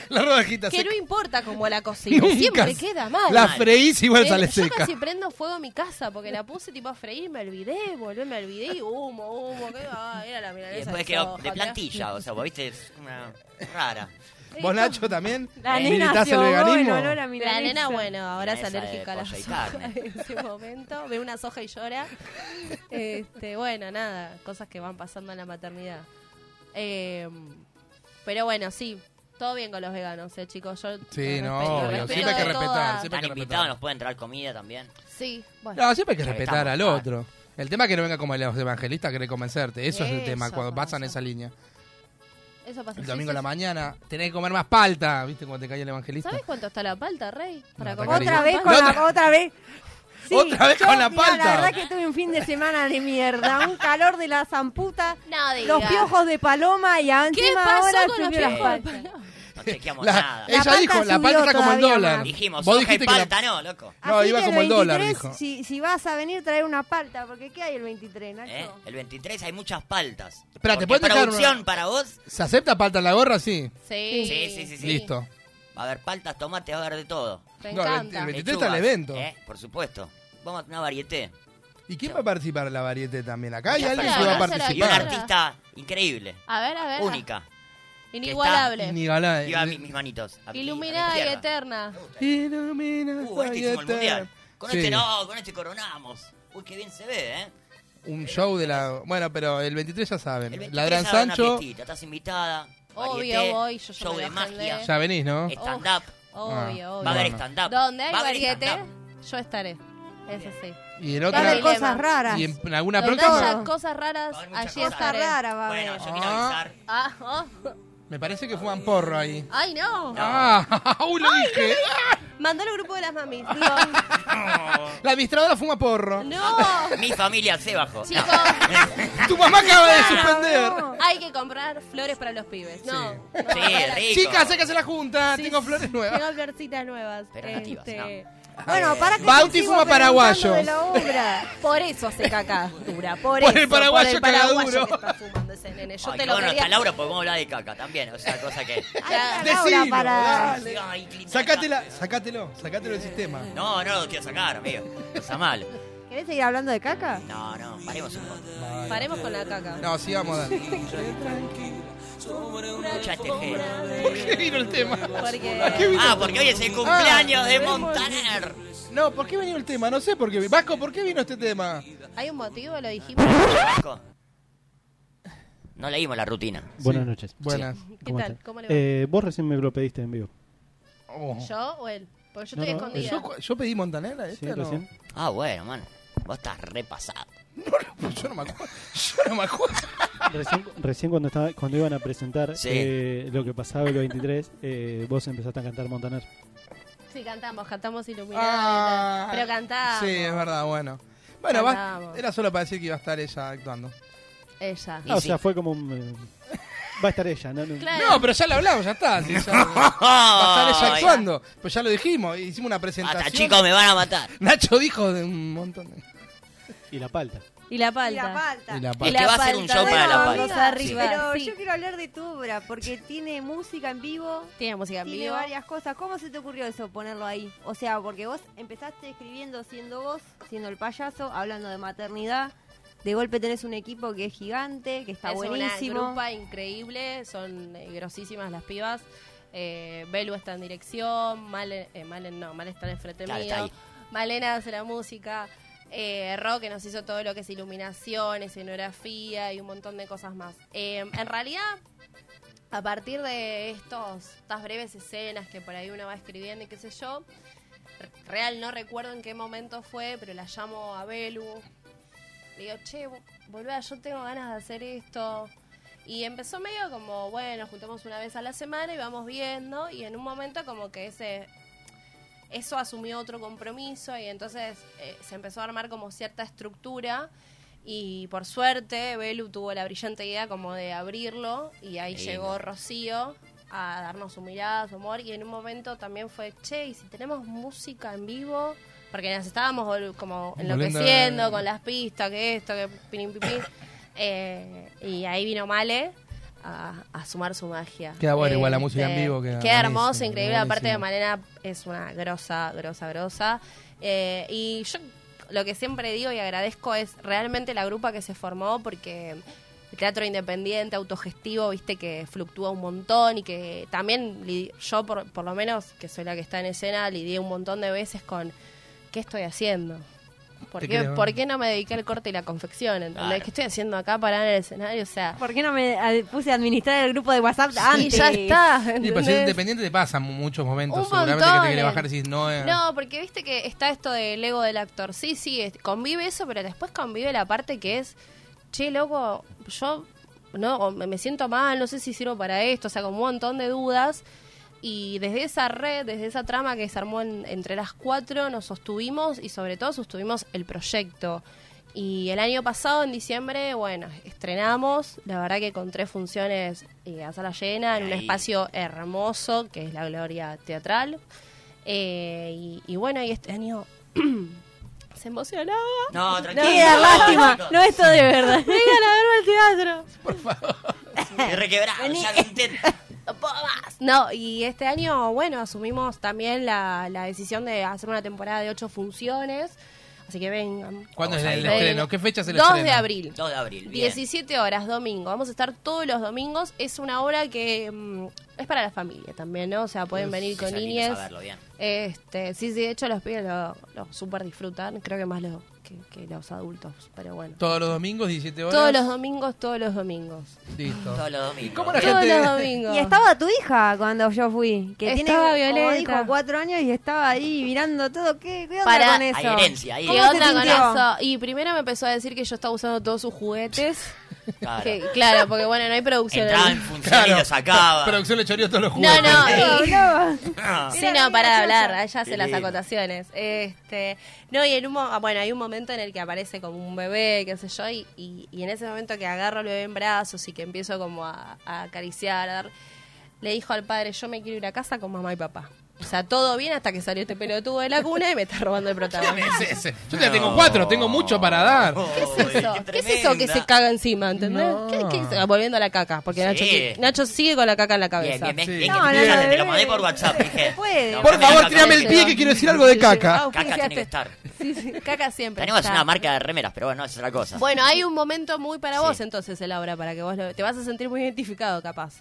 S2: La rodajita
S5: Que
S2: seca.
S5: no importa cómo la cocino,
S2: Nunca
S5: siempre
S2: se-
S5: queda mal.
S2: La
S5: Mal.
S2: freís igual
S5: Eh,
S2: sale
S5: yo
S2: seca.
S5: casi prendo fuego en mi casa porque la puse tipo a freír, me olvidé, volví, me olvidé y humo, humo, que ah, era la
S3: Y
S5: milanesa.
S3: después
S5: de
S3: quedó
S5: soja,
S3: de
S5: mirá.
S3: plantilla, o sea, vos viste, es una rara.
S2: ¿Vos, Nacho, también?
S4: La
S2: ¿Eh?
S4: nena
S2: ¿Militás
S4: se
S2: el
S4: ahogó en
S2: veganismo?
S4: olor a
S5: La
S4: milanesa.
S5: nena, bueno, ahora es
S3: Milanesa de
S5: alérgica a la
S3: pollo y
S5: soja
S3: carne.
S5: en ese momento. Ve una soja y llora. Este, bueno, nada, cosas que van pasando en la maternidad. Eh, pero bueno, sí, todo bien con los veganos, eh, chicos. Yo
S2: Sí, no,
S5: los respeto, los
S2: obvio,
S5: respeto
S2: siempre hay que
S5: de
S2: respetar,
S5: todas.
S2: siempre-
S3: Están
S2: que
S3: invitados,
S2: respetar.
S3: nos puede entrar comida también.
S5: Sí, bueno.
S2: No, siempre hay que
S3: Ya que
S2: respetar
S3: estamos,
S2: al
S3: claro.
S2: otro. El tema es que no venga como los evangelistas, quiere convencerte. Eso, es el
S5: Eso
S2: tema, cuando
S5: pasa.
S2: pasan esa línea.
S5: Eso pasa.
S2: El
S5: Sí,
S2: domingo
S5: sí,
S2: a la
S5: sí.
S2: mañana, tenés que comer más palta, ¿viste? Cuando te cae el evangelista.
S5: ¿Sabes cuánto está la palta, Rey?
S2: No, está
S5: comer
S4: Otra
S2: Caribe.
S4: vez
S5: palta.
S4: con
S2: La
S4: la, otra vez.
S2: Otra vez con la
S4: mira,
S2: palta.
S4: La verdad que tuve un fin de semana de mierda, un calor de la zamputa,
S5: No digas.
S4: los piojos de paloma y
S5: ¿Qué
S4: encima
S5: pasó
S4: ahora
S5: con los
S4: subió la
S5: piojos? de
S4: palta.
S5: paloma?
S3: No chequeamos
S2: La-
S3: nada.
S4: eh,
S2: ella
S4: palta
S2: dijo, la
S4: subió
S2: palta está como el
S4: todavía
S2: dólar.
S4: más.
S3: Dijimos,
S2: Vos
S3: soja y
S2: dijiste que la-
S3: palta, no, loco.
S2: No,
S4: Así
S2: iba
S4: que
S2: como el dólar,
S4: 23,
S2: dijo.
S4: Si, si vas a venir, traer una palta, porque ¿qué hay el 23, Nacho?
S3: ¿Eh? El 23 hay muchas paltas.
S2: Espera, ¿te
S3: Porque
S2: pueden dejar
S3: producción
S2: una-
S3: para vos?
S2: ¿Se acepta palta en la gorra? Sí.
S5: Sí.
S3: Sí, sí, sí, sí.
S2: Listo.
S3: Va a haber paltas, tomate, va a haber de todo.
S5: Me
S2: No, el
S5: encanta.
S2: 23 está el
S3: Lechugas,
S2: evento.
S3: ¿eh? Por supuesto. Vamos a una varieté.
S2: ¿Y quién va a participar en la variete también? Acá hay
S3: Ya
S2: alguien
S3: está,
S2: que va a
S3: ya está
S5: la
S3: Y un
S5: guitarra.
S2: participar.
S3: artista increíble,
S5: A ver, a ver.
S3: única.
S5: Inigualable.
S2: Inigualable.
S3: Iba a mi- mis manitos. a mi- a mi
S5: Iluminada y
S3: izquierda.
S5: eterna.
S2: Ilumina.
S3: Uh, este hicimos el mundial. Con
S2: Sí,
S3: este no, con este coronamos. Uy, qué bien se ve, ¿eh?
S2: Un show de la. Bueno, pero el 23 ya
S3: El
S2: saben.
S3: 23
S2: La Gran
S3: va a haber una
S2: Sancho.
S3: fiestita, estás invitada.
S5: Obvio,
S3: varieté,
S5: voy, yo ya
S3: Show
S5: me
S3: de
S5: lo agendé.
S3: magia.
S2: Ya venís, ¿no?
S3: Este. Stand-up.
S5: Obvio,
S2: Ah,
S5: obvio.
S3: Va a haber
S2: Bueno.
S3: stand-up.
S5: Donde hay
S3: va a haber
S5: variete,
S3: stand-up.
S5: yo estaré. Eso sí.
S2: Y el
S4: Va a
S2: otro.
S5: Claro,
S4: haber
S5: Dilema.
S4: cosas raras.
S2: Y em- en alguna
S5: Donde
S2: próxima.
S5: haya cosas raras,
S3: Va a haber muchas
S5: allí
S3: cosas eh.
S4: Cosa
S5: estaré.
S4: rara va a haber.
S3: Bueno, yo quiero
S2: Ah.
S3: avisar.
S5: Ah, oh.
S2: Me parece que fuman porro ahí.
S5: Ay, no.
S2: Ah, uy, lo dije.
S5: Mandó al grupo de las mamis. Digo,
S2: La administradora fuma porro.
S5: no.
S3: Mi familia se bajó.
S5: Chicos,
S2: Tu mamá acaba de suspender.
S4: Claro, Ah, no.
S5: hay que comprar flores para los pibes. No. no,
S3: Sí,
S5: para-
S3: rico.
S2: Chicas, eh, sé que hacer la junta.
S5: Sí,
S2: Tengo
S5: sí,
S2: flores
S5: sí,
S2: nuevas.
S5: Tengo florcitas nuevas. este,
S3: Pero nativas,
S4: Bueno, para que
S2: Bauti
S4: te sigo
S2: fuma paraguayo.
S4: preguntando de la obra.
S5: Por eso hace caca dura. Por,
S2: Por el
S5: eso,
S2: paraguayo
S5: por el paraguayo
S2: cagaduro.
S5: que está fumando ese nene. Yo
S3: Ay,
S5: te
S3: qué
S5: lo
S3: bueno,
S5: quería.
S3: está Laura, porque vamos a hablar de caca también. O sea, cosa que.
S4: Ay, la obra
S2: Decilo,
S4: para...
S2: dale.
S3: Ay, qué linda
S2: Sacátela, sacátelo, sacátelo del sistema.
S3: caca. No, no, lo quiero sacar, amigo. Está mal.
S4: ¿Querés seguir hablando de caca?
S3: No, no, paremos un poco.
S5: Paremos con la caca.
S2: No, sí, vamos a dar.
S3: Escucha este genio.
S2: ¿Por qué vino el tema? ¿A qué
S5: Porque
S2: vino?
S3: Ah, porque hoy es el cumpleaños de Montaner.
S2: Ah, No, ¿por qué vino el tema? No sé por qué. Vasco, ¿por qué vino este tema?
S5: hay un motivo, lo dijimos.
S3: Vasco. No leímos la rutina.
S7: Buenas noches.
S2: Buenas.
S5: ¿Qué tal?
S7: estás?
S5: ¿Cómo le va?
S7: Eh, vos recién me lo pediste en vivo.
S2: Oh. Eh,
S5: ¿Yo o él? Porque yo
S7: No,
S5: estoy
S7: no,
S5: escondida.
S2: Yo, yo pedí Montanera,
S7: ¿Sí?
S2: este no.
S7: ¿Recién?
S3: Ah, bueno, man. Vos estás repasado.
S2: No, Yo no me acuerdo. Yo no me acuerdo.
S7: Recién, recién cuando estaba, cuando iban a presentar
S3: Sí.
S7: eh, lo que pasaba el 23, eh, vos empezaste a cantar Montaner.
S5: Sí, cantamos, cantamos iluminados.
S2: Ah.
S5: pero cantamos.
S2: Sí, es verdad, bueno. Bueno, va-
S5: Cantamos.
S2: era solo para decir que iba a estar ella actuando.
S5: Ella.
S3: Y
S7: Ah, o
S3: sí.
S7: sea, fue como un... eh, va a estar ella, ¿no? No-
S5: Claro.
S2: No, pero ya la hablamos, ya está. sí, ya- va a estar ella
S3: Ay.
S2: actuando. Pues ya lo dijimos, hicimos una presentación.
S3: Hasta chicos me van a matar.
S2: Nacho dijo de un montón de...
S7: Y la palta.
S5: Y
S4: Y
S5: la
S4: la
S5: palta.
S4: palta.
S2: Y la
S3: Es
S2: pata.
S3: que va a ser un show para la
S4: Bueno,
S3: paz.
S5: Vamos arriba.
S4: Pero
S5: sí.
S4: yo quiero hablar de tu obra, porque tiene música en vivo,
S5: Tiene música en
S4: tiene
S5: vivo.
S4: varias cosas. ¿Cómo se te ocurrió eso, ponerlo ahí? O sea, porque vos empezaste escribiendo siendo vos, siendo el payaso, hablando de maternidad. De golpe tenés un equipo que es gigante, que está
S5: es
S4: buenísimo.
S5: una grupa increíble, son eh, grosísimas las pibas. Eh, Belu está en dirección, Malen, eh, Malen no, Malen está en el frente
S3: Claro, está
S5: mío.
S3: ahí.
S5: Malena hace la música. Eh, Ro, que nos hizo todo lo que es iluminación, escenografía y un montón de cosas más. Eh, en realidad, a partir de estos, estas breves escenas que por ahí uno va escribiendo y qué sé yo, r- real no recuerdo en qué momento fue, pero la llamo a Belu. Le digo, che, bo- boluda, yo tengo ganas de hacer esto. Y empezó medio como, bueno, juntamos una vez a la semana y vamos viendo. Y en un momento como que ese eso asumió otro compromiso y entonces eh, se empezó a armar como cierta estructura. Y por suerte, Belu tuvo la brillante idea como de abrirlo y ahí
S3: Lindo.
S5: llegó Rocío a darnos su mirada, su amor y en un momento también fue, che, y si tenemos música en vivo, porque nos estábamos vol- como
S2: Volviendo
S5: enloqueciendo
S2: a-
S5: con las pistas, que esto, que pirin, pipín. Eh, y ahí vino Male a, a sumar su magia. Eh,
S2: Queda bueno, igual la música en vivo queda
S5: Queda,
S2: buenísimo,
S5: hermoso, increíble. Aparte de
S2: buenísimo.
S5: Malena es una grosa, grosa, grosa. Eh, y yo lo que siempre digo y agradezco es realmente la grupa que se formó porque el teatro independiente, autogestivo, viste que fluctúa un montón y que también li- yo por, por lo menos, que soy la que está en escena, lidié un montón de veces con ¿qué estoy haciendo? ¿Por
S2: Te
S5: qué,
S2: creo.
S5: por qué no me dediqué al corte y la confección? ¿Entendés?
S3: Claro.
S5: ¿Qué estoy haciendo acá para en el escenario? O sea,
S4: ¿Por qué no me eh, puse a administrar el grupo de WhatsApp antes?
S5: y ya está.
S2: Y pues para
S5: ¿entendés?
S2: ser independiente te pasan mu- muchos momentos.
S5: Un
S2: Seguramente que
S5: montón,
S2: te querés
S5: eh.
S2: bajar y decís, no, eh,
S5: No, porque viste que está esto del ego del actor. Sí, sí, es- convive eso, pero después convive la parte que es, che, loco, yo no o me me siento mal, no sé si sirvo para esto, o sea, con un montón de dudas. Y desde esa red, desde esa trama que se armó en- entre las cuatro, nos sostuvimos y sobre todo sostuvimos el proyecto. Y el año pasado, en diciembre, bueno, estrenamos, la verdad que con tres funciones eh, a sala llena, en un
S3: Ahí.
S5: espacio hermoso, que es la Gloria Teatral. Eh, y, y bueno, y este año se emocionaba.
S3: No,
S4: ¡Qué
S3: tranquilo.
S4: da lástima! No, esto de verdad.
S5: Vengan a verme al teatro.
S3: Es requebrado, ya lo intento.
S5: No puedo más. No, y este año, bueno, asumimos también la, la decisión de hacer una temporada de ocho funciones. Así que vengan.
S2: ¿Cuándo es
S3: Vamos
S2: el
S3: ahí.
S2: estreno? ¿Qué fecha es el
S5: 2
S2: estreno?
S5: de abril.
S3: 2 de abril, bien.
S5: 17 horas, domingo. Vamos a estar todos los domingos. Es una obra que mm, es para la familia también, ¿no? O sea, pueden venir
S3: Sí,
S5: con
S3: ya lindo
S5: niñas.
S3: saberlo, bien.
S5: Este, sí, sí, de hecho los pibes lo, lo super disfrutan, creo que más lo, que, que los adultos, pero bueno.
S2: Todos los domingos, 17 horas.
S5: Todos los domingos, todos los domingos.
S2: Listo.
S3: Todos los domingos.
S2: cómo la
S5: Todos
S2: gente-
S5: los domingos.
S4: Y estaba tu hija cuando yo fui, que
S5: Estaba
S4: tiene, como
S5: Violeta.
S4: dijo, cuatro años y estaba ahí mirando todo. ¿Qué, qué onda
S5: Para-
S4: con eso?
S3: Hay herencia, hay
S5: ¿Qué
S4: ¿Cómo
S3: herencia.
S4: te
S5: onda con
S4: sintió?
S5: eso? Y primero me empezó a decir que yo estaba usando todos sus juguetes.
S3: Claro.
S5: Que, claro, porque bueno, no hay producción.
S3: Entraba en función y lo sacaba.
S2: Producción le choreó todos los
S5: No,
S2: juguetes.
S5: no, y-
S4: No, no.
S3: Ah,
S5: Sí,
S4: Mira,
S5: no,
S4: mira,
S5: para de
S4: qué
S5: hablar,
S4: cosa.
S5: allá hace
S3: Qué
S5: las
S3: lindo.
S5: acotaciones. Este, no, y en un, mo- ah, bueno, hay un momento en el que aparece como un bebé, qué sé yo, y, y- y en ese momento que agarro al bebé en brazos y que empiezo como a, a acariciar, a dar- le dijo al padre, yo me quiero ir a casa con mamá y papá. O sea, todo bien hasta que salió este pelotudo de la cuna y me está robando el protagonismo.
S2: ¿Quién es ese? Yo ya tengo cuatro, tengo mucho para dar.
S5: ¿Qué es eso?
S3: Uy,
S5: ¿Qué es eso que se
S3: tremenda.
S5: caga encima, entendés?
S2: No.
S5: ¿Qué- qué es- Volviendo a la caca, porque
S3: Sí.
S5: Nacho, sigue- Nacho sigue con la caca en la
S3: Bien,
S5: cabeza.
S3: bien, bien,
S2: Sí.
S3: bien,
S4: No,
S3: que
S4: no,
S3: ya
S4: no,
S3: te lo
S4: no,
S3: mandé por
S4: no,
S3: WhatsApp, dije.
S4: puede.
S3: no,
S2: Por
S3: mandá
S2: favor,
S3: caca,
S2: tirame el
S3: caca.
S2: pie que quiero decir algo de caca.
S3: Caca tiene que estar.
S5: Sí, sí, caca siempre.
S3: Tenemos
S5: está.
S3: una marca de remeras, pero bueno, es otra cosa.
S5: Bueno, hay un momento muy para
S3: Sí.
S5: vos entonces, Laura, para que vos lo- te vas a sentir muy identificado, capaz.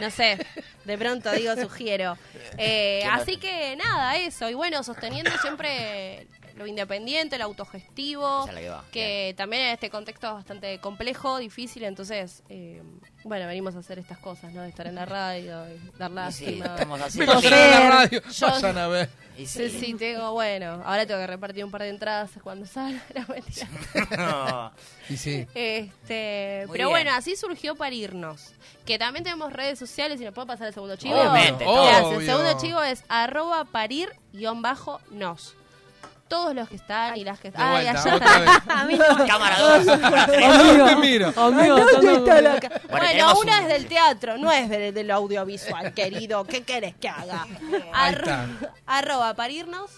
S5: No sé, de pronto digo, sugiero. Eh,
S3: Qué
S5: así
S3: loco.
S5: que nada, eso. Y bueno, sosteniendo siempre lo independiente, lo autogestivo,
S3: Esa es la que va,
S5: también en este contexto es bastante complejo, difícil, entonces, eh, bueno, venimos a hacer estas cosas, ¿no? De estar en la radio, y dar
S3: Y sí,
S5: lástima.
S3: estamos
S2: Me
S3: haciendo.
S2: pasaron en la radio.
S5: Yo-
S2: Vayan a ver.
S3: Y
S5: Sí, sí, tengo, bueno, ahora tengo que repartir un par de entradas cuando salga, no, mentira.
S3: No.
S2: Y sí.
S5: Este,
S3: Muy
S5: pero
S3: bien.
S5: bueno, así surgió para irnos. Que también tenemos redes sociales y nos puedo pasar el segundo chivo.
S3: Obviamente, todo.
S5: Gracias.
S2: Obvio.
S5: El segundo chivo es arroba parir-nos. Todos los que están y las que
S2: De
S5: están. Ay,
S2: vuelta,
S5: allá
S2: otra
S5: está.
S2: vez.
S3: Cámara 2, cámara 3.
S2: Ahora te miro.
S4: ¿Dónde está la ca-
S3: Bueno,
S5: Bueno,
S3: tenemos
S5: una
S3: un-
S5: es del teatro, no es de- del audiovisual, querido. ¿Qué querés que haga?
S2: Ahí
S5: Arro-
S2: está.
S5: arroba parirnos.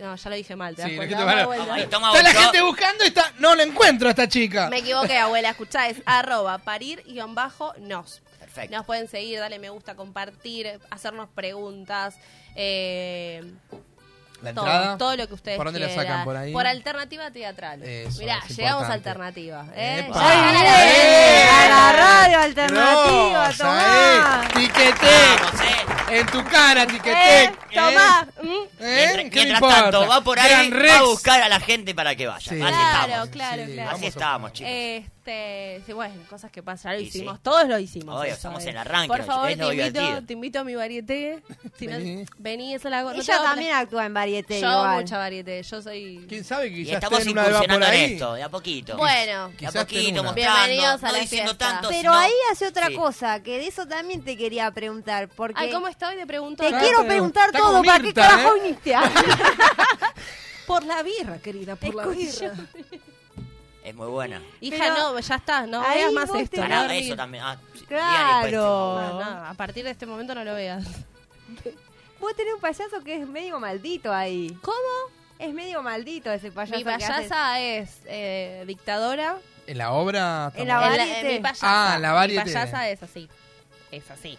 S5: No, ya lo dije mal, te das
S2: Sí,
S5: cuenta.
S2: lo que te
S5: Dame
S2: van a-
S5: vuelta.
S3: Ahí, toma
S2: Está la
S3: vos,
S2: gente
S3: yo-
S2: buscando y está. No la encuentro a esta chica.
S5: Me equivoqué, abuela. Escuchá, es arroba parir-nos.
S3: Perfecto.
S5: Nos pueden seguir, darle me gusta, compartir, hacernos preguntas. eh,
S2: La
S5: todo,
S2: entrada.
S5: todo lo que ustedes
S2: ¿Por dónde la
S5: quieran.
S2: sacan? ¿Por ahí?
S5: alternativa teatral.
S2: Eso,
S5: Mirá,
S2: es
S5: llegamos
S2: importante.
S5: a alternativa. ¿eh?
S2: Epa.
S5: Ya-
S4: Ay,
S2: Ah,
S4: bien,
S2: eh.
S4: a la radio alternativa,
S2: Grosa,
S4: tomá.
S2: eh. Tiquetec.
S3: Vamos, eh.
S2: En tu cara,
S5: Eh,
S2: tiquetec. eh.
S5: tomá.
S2: ¿Eh?
S5: ¿Mm?
S3: Mientras-
S2: ¿Qué le
S3: Mientras
S2: importa?
S3: tanto, va por ahí,
S2: Gran
S3: va
S2: Rex.
S3: a buscar a la gente para que vaya.
S2: Sí.
S3: Así
S5: Claro,
S3: estamos.
S5: claro,
S2: Sí,
S5: claro.
S3: Así
S2: Vamos a-
S3: estamos, chicos.
S5: Este, sí, bueno, cosas que pasan, ya lo
S3: Y sí.
S5: hicimos, todos lo hicimos.
S3: Obvio,
S5: eso,
S3: somos
S5: eh.
S3: el arranque,
S5: Por
S3: es
S5: favor,
S3: lo
S5: te, invito,
S3: divertido.
S5: te invito a mi varieté. Si no-
S2: Vení.
S5: vení, esa la no te
S4: Ella
S5: hago
S4: también actúa en
S5: Yo
S4: varieté
S5: hago
S4: igual.
S5: mucha varieté, yo soy...
S2: ¿Quién sabe que
S3: Y
S2: quizás
S3: estamos
S2: esté en una de va por
S3: incursionando en
S2: ahí?
S3: esto, de a poquito.
S5: Bueno,
S3: de a
S2: Quizás esté en
S3: poquito,
S2: una.
S3: mostrando,
S5: Bienvenidos a
S3: no
S5: la
S3: diciendo
S5: fiesta.
S3: tanto,
S4: Pero
S3: sino-
S4: ahí hace otra
S3: Sí.
S4: cosa, que de eso también te quería preguntar, porque
S5: ay, ¿cómo estoy de pregunto?
S4: te
S2: Claro,
S4: quiero
S2: pero-
S4: preguntar
S2: está
S4: todo,
S2: como
S4: ¿para qué
S2: Mirta,
S4: carajo
S2: ¿eh?
S4: viniste?
S5: Por la birra, querida, por la
S4: Escucha.
S5: birra.
S3: Es muy buena.
S5: Hija,
S4: Pero-
S5: no, ya está, no
S4: Ahí
S5: veas más
S4: vos
S5: esto.
S4: te-
S5: no,
S3: Pará,
S5: dormí.
S3: eso también. Ah, sí,
S4: Claro.
S3: bien, después,
S5: No, no, a partir de este momento no lo veas.
S4: Vos tenés un payaso que es medio maldito ahí.
S5: ¿Cómo?
S4: Es medio maldito ese payaso.
S5: Mi
S4: que hace-
S5: payasa es eh, dictadora,
S2: ¿En la obra?
S4: En la-
S5: En
S4: variete.
S5: en mi payasa.
S2: Ah, la
S5: Mi
S2: variete.
S5: payasa es así. Es así.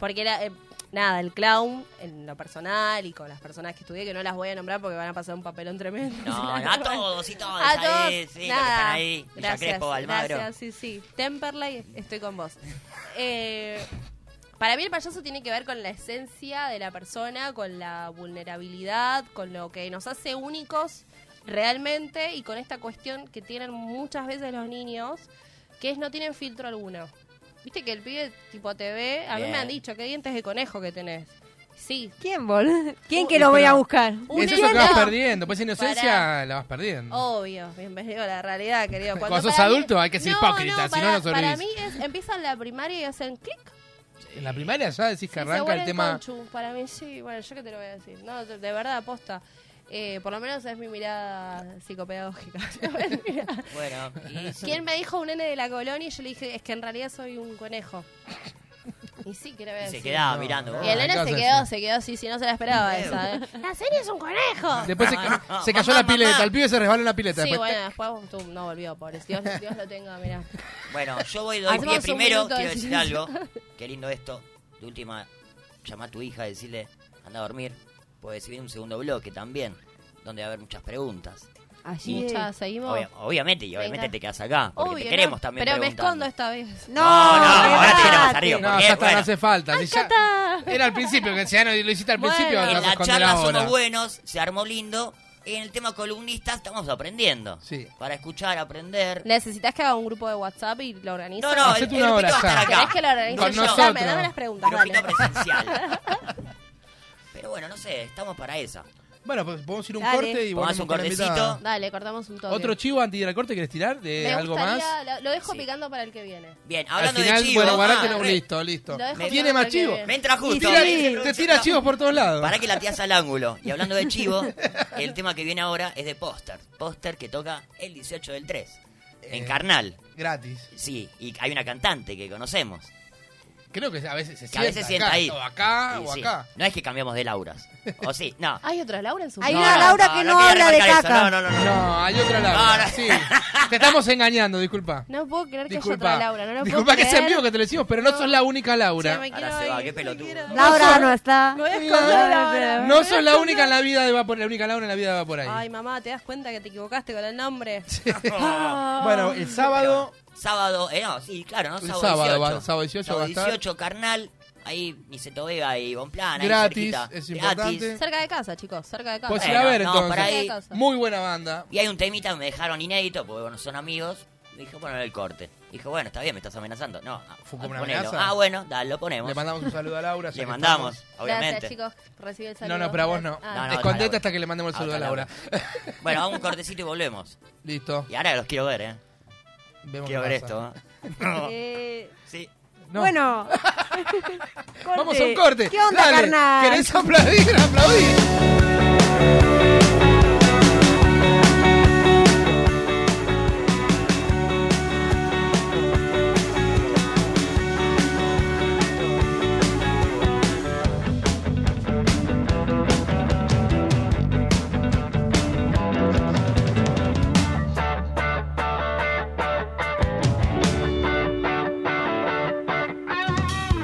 S5: Porque era, eh, nada, el clown, en lo personal y con las personas que estudié, que no las voy a nombrar porque van a pasar un papelón tremendo.
S3: No, no, a todos y todas.
S5: A
S3: ahí,
S5: todos,
S3: sí, los que
S5: nada.
S3: están ahí. Villa
S5: Gracias,
S3: Crespo, Almagro.
S5: gracias, sí, sí. Temperley, estoy con vos. Eh, para mí el payaso tiene que ver con la esencia de la persona, con la vulnerabilidad, con lo que nos hace únicos realmente y con esta cuestión que tienen muchas veces los niños, que es no tienen filtro alguno. Viste que el pibe tipo te ve, a mí me
S3: Bien.
S5: han dicho, qué dientes de conejo que tenés. Sí.
S4: ¿Quién, boludo? ¿Quién que
S2: Uy,
S4: lo voy a
S2: pero-
S4: buscar?
S5: Un
S2: es eso que
S5: niño-
S2: vas perdiendo. Pues inocencia
S5: Pará. Oh.
S2: la vas perdiendo.
S5: Obvio, bienvenido a la realidad, querido.
S2: Cuando sos
S5: para mí-
S2: adulto hay que ser hipócrita, si no,
S5: para-
S2: no sobrevivís.
S5: Para mí es, empiezan la primaria y hacen clic.
S2: En la primaria ya decís
S5: y se
S2: que arranca el
S5: vuelven
S2: tema.
S5: conchu. Para mí sí, bueno, yo que te lo voy a decir. No, de, de verdad, aposta. Eh, por lo menos es mi mirada psicopedagógica.
S3: Bueno, y sí.
S5: ¿Quién me dijo un nene de la colonia? Y yo le dije, es que en realidad soy un conejo. Y sí, que le voy a
S3: Y se
S5: decir.
S3: quedaba mirando. Uh,
S5: Y el
S2: Ah, ¿qué
S5: nene
S2: vas
S5: se
S2: a
S5: quedó,
S2: decir?
S5: se quedó así, si no se la esperaba esa. ¿eh? ¡La serie es un conejo!
S2: Después se,
S3: Mamá,
S2: se cayó
S3: mamá,
S2: la pileta.
S3: mamá.
S2: El pibe se resbaló en la pileta.
S5: Sí,
S2: después,
S5: bueno, después tú, no volvió, pobre. Dios, Dios lo tenga, mirá.
S3: Bueno, yo voy doy pie
S5: Hacemos un
S3: primero,
S5: minuto de
S3: quiero decir
S5: silencio.
S3: algo. Qué lindo esto. De última, llama a tu hija y decirle, anda a dormir. Puede decir un segundo bloque también, donde va a haber muchas preguntas.
S4: Allí.
S5: Muchas, seguimos.
S3: Obvia- obviamente, y obviamente
S5: Oh. Venga.
S3: te quedas acá, porque
S5: Obvio,
S3: te queremos
S5: no,
S3: también
S5: Pero me
S3: preguntando.
S5: escondo esta vez.
S4: No,
S3: No, no, Ah, ahora te queremos
S4: quedate.
S3: arriba.
S2: No,
S3: porque,
S2: ya está,
S3: bueno.
S2: no hace falta. Si ya-
S5: Acá Ah, está.
S2: era al principio, que si ya no lo hiciste al
S5: Bueno.
S2: principio,
S5: En
S2: te
S3: En
S2: vas a
S3: la
S2: esconder
S3: charla
S2: ahora.
S3: somos buenos, se armó lindo. En el tema columnista estamos aprendiendo.
S2: Sí.
S3: Para escuchar, aprender.
S5: ¿Necesitas que haga un grupo de WhatsApp y lo organice?
S3: No, no, el,
S2: Hacete
S3: el
S2: una
S3: Pito
S2: hora
S3: va a estar
S2: ya.
S3: acá.
S5: ¿Querés que lo organice?
S2: Con
S5: yo?
S2: nosotros.
S5: Dame, dame las preguntas. dale.
S3: Grupito presencial. Pero bueno, no sé, estamos para esa.
S2: Bueno, pues podemos ir a un
S4: Dale.
S2: corte y
S3: Tomás
S2: volvemos
S3: un
S2: con la
S3: cortecito.
S2: invitada.
S5: Dale, cortamos un toque.
S2: ¿Otro chivo antes de ir al corte querés tirar? ¿De
S5: Me
S2: algo
S5: gustaría-
S2: más?
S5: Lo, lo dejo
S3: Sí.
S5: picando para el que viene.
S3: Bien,
S2: Al
S3: hablando
S2: final,
S3: de chivos.
S2: bueno,
S3: ah,
S2: guarátelo.
S3: re-
S2: Listo, listo.
S5: Lo dejo
S2: Me-
S5: picando
S2: Tiene más
S5: para que
S2: chivo.
S5: viene.
S3: Me entra justo.
S2: Tira-
S4: Sí.
S2: te tira chivos por todos lados.
S3: Para que la tías al ángulo. Y hablando de chivo, el tema que viene ahora es de póster. Póster que toca el 18 del 3. En
S2: Eh.
S3: Carnal.
S2: Gratis.
S3: Sí, y hay una cantante que conocemos.
S2: Creo que a veces se
S3: Que
S2: sienta.
S3: a veces sienta
S2: acá,
S3: ahí.
S2: O acá
S3: Y
S2: Ah, o
S3: sí,
S2: acá.
S3: No es que cambiamos de Lauras. O sí, no.
S5: ¿Hay otra Laura en su
S4: Hay
S5: vida?
S4: una Laura que no
S3: quería
S4: habla de
S3: remarcar eso. No,
S4: caca.
S3: no, no. no.
S2: No, hay otra Laura.
S3: No, no.
S2: Sí. Te estamos engañando, disculpa.
S5: No puedo creer que
S2: disculpa.
S5: haya otra Laura. No lo
S2: disculpa
S5: puedo
S2: que
S5: creer.
S2: sea mío que te lo decimos, pero no, sos la única Laura.
S5: Che, me
S3: Ahora
S5: quiero
S3: se va,
S5: ir,
S3: qué
S5: me
S3: pelotudo.
S5: quiero ir.
S4: Laura no está.
S5: Me voy a esconder ahora.
S4: No
S5: me
S2: No
S5: voy a
S2: sos la
S5: esconder.
S2: única en la vida de Vapor, la única Laura en la vida de Vapor ahí.
S5: Ay, mamá, ¿te das cuenta que te equivocaste con el nombre?
S2: bueno, el sábado.
S3: Sábado, eh, no, sí, claro, ¿no?
S2: El
S3: Sábado,
S2: sábado
S3: 18.
S2: va- sábado 18 va a estar.
S3: 18, carnal. Ahí Niceto Vega y Bonplana.
S2: Gratis,
S3: ahí cerquita.
S2: es importante.
S5: Cerca de casa, chicos, cerca de casa.
S2: Pues ir
S3: Bueno,
S2: a ver
S3: no,
S2: entonces.
S3: para ahí.
S2: Muy buena banda.
S3: Y hay un temita que me dejaron inédito, porque bueno, son amigos. Dije, ponelo el corte. Dije, bueno, está bien, me estás amenazando. No, ah,
S2: Fue como una
S3: ponelo.
S2: amenaza.
S3: Ah, bueno, dale, lo ponemos.
S2: Le mandamos un saludo a Laura. ya
S3: Le
S2: que
S3: mandamos, obviamente.
S5: Gracias, chicos. Recibe el saludo.
S2: estamos. No, no, pero a vos no.
S5: Ah.
S3: No, no,
S2: Escondete
S3: Laura.
S2: hasta que le mandemos el
S3: Ah,
S2: saludo a
S3: otra
S2: Laura.
S3: Bueno, vamos un cortecito y volvemos.
S2: Listo.
S3: Y ahora los quiero ver, ¿eh?
S2: Vemos
S3: Quiero
S2: qué
S3: ver
S2: pasa.
S3: esto. ¿eh?
S4: Eh,
S3: sí.
S2: No.
S4: Bueno. Corte.
S2: Vamos a un corte.
S4: ¿Qué onda,
S2: Dale.
S4: carnal?
S2: ¿Querés aplaudir? Aplaudir.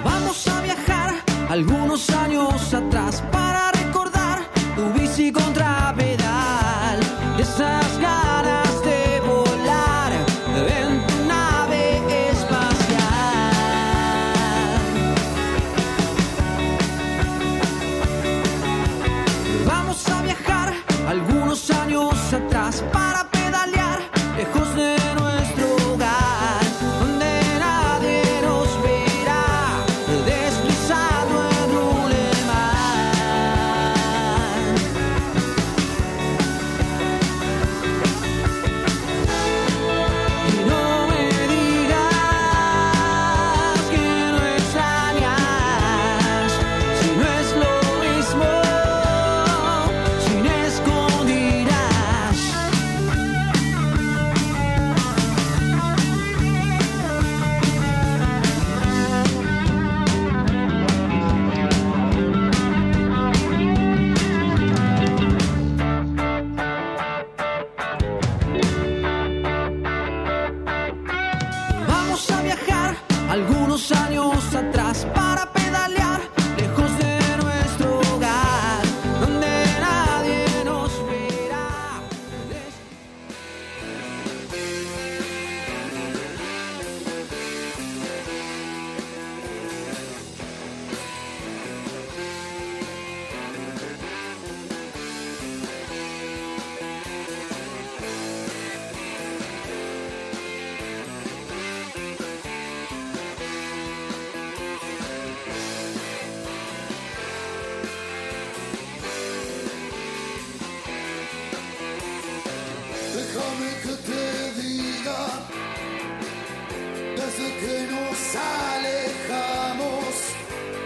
S8: Vamos a viajar algunos años atrás para recordar tu bici contra pedal. Esas ganas de volar en tu nave espacial. Vamos a viajar algunos años atrás para pedalear lejos de nuestro hogar, donde nadie nos verá deslizando en un mar. Y no me digas que no extrañas, si no es lo mismo, sin escondidas.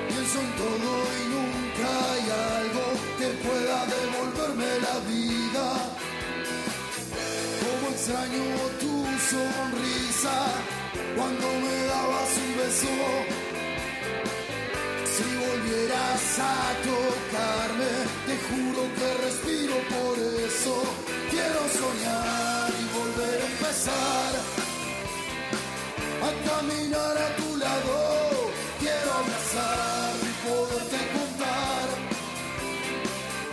S1: pienso en todo y nunca hay algo que pueda devolverme la vida. Como extraño tu sonrisa cuando me dabas un beso. Si volvieras a tocarme, te juro que respiro por eso. Quiero soñar y volver a empezar a caminar a tu lado. Quiero abrazar y poderte contar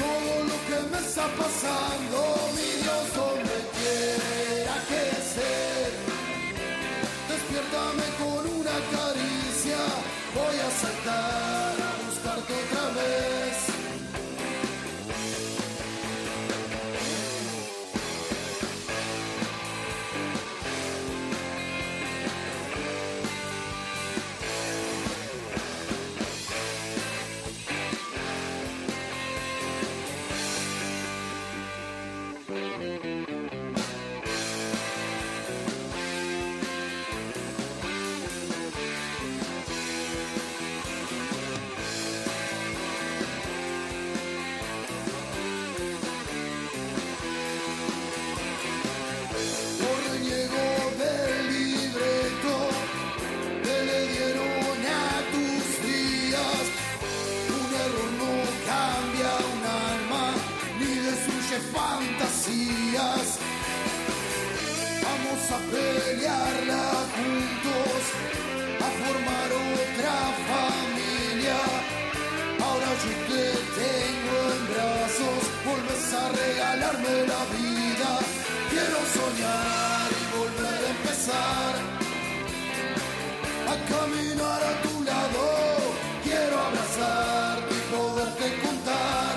S1: todo lo que me está pasando, mi Dios, donde quiera que estés. Despiértame con una caricia, voy a saltar a buscarte otra vez. Por reniego del libreto que le dieron a tus días. Un error no cambia un alma ni destruye fantasías. Vamos a pelearla juntos, a formar otra familia. Ahora yo te tengo en brazos, vuelves a regalarme la vida. Quiero soñar y volver a empezar, a caminar a tu lado. Quiero abrazarte y poderte contar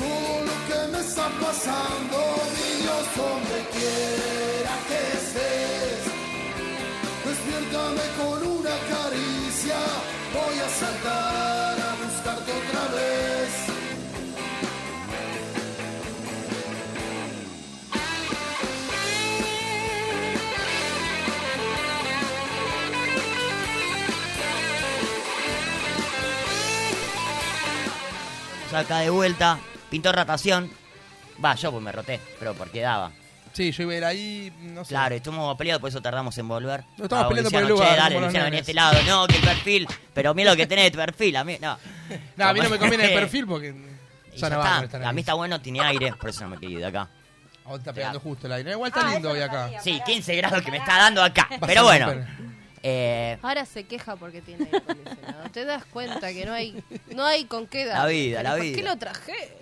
S1: todo lo que me está pasando. Mi Dios, donde quiera que estés, despiértame con una caricia. Voy a saltar a buscarte otra vez.
S3: Saca de vuelta, pintó rotación. Va, yo pues me roté, pero porque daba.
S2: Sí, yo iba a ir ahí, no sé.
S3: Claro, estamos peleados, por eso tardamos en volver.
S2: No, estamos
S3: Ah,
S2: peleando por el lugar,
S3: Luciano, Che, dale,
S2: como los
S3: Luciano, vení a
S2: nenes.
S3: este lado. No, que el perfil. Pero mira lo que tenés de perfil. A mí, no.
S2: No, a mí no me conviene el perfil porque.
S3: Y
S2: Ya
S3: ya
S2: no
S3: está.
S2: va a estar
S3: A mí
S2: ahí.
S3: está bueno, tiene aire, por eso no me quería ir de acá.
S2: Ahora está pegando justo el aire. Igual
S4: Ah,
S2: está lindo hoy acá.
S3: Sí, 15 grados que me está dando acá. Pero
S2: Vas a
S3: bueno.
S2: romper.
S3: Eh,
S5: Ahora se queja porque tiene aire acondicionado. Te das cuenta que no hay, no hay con qué dar.
S3: La vida, la
S5: ¿Para
S3: vida.
S5: qué lo traje?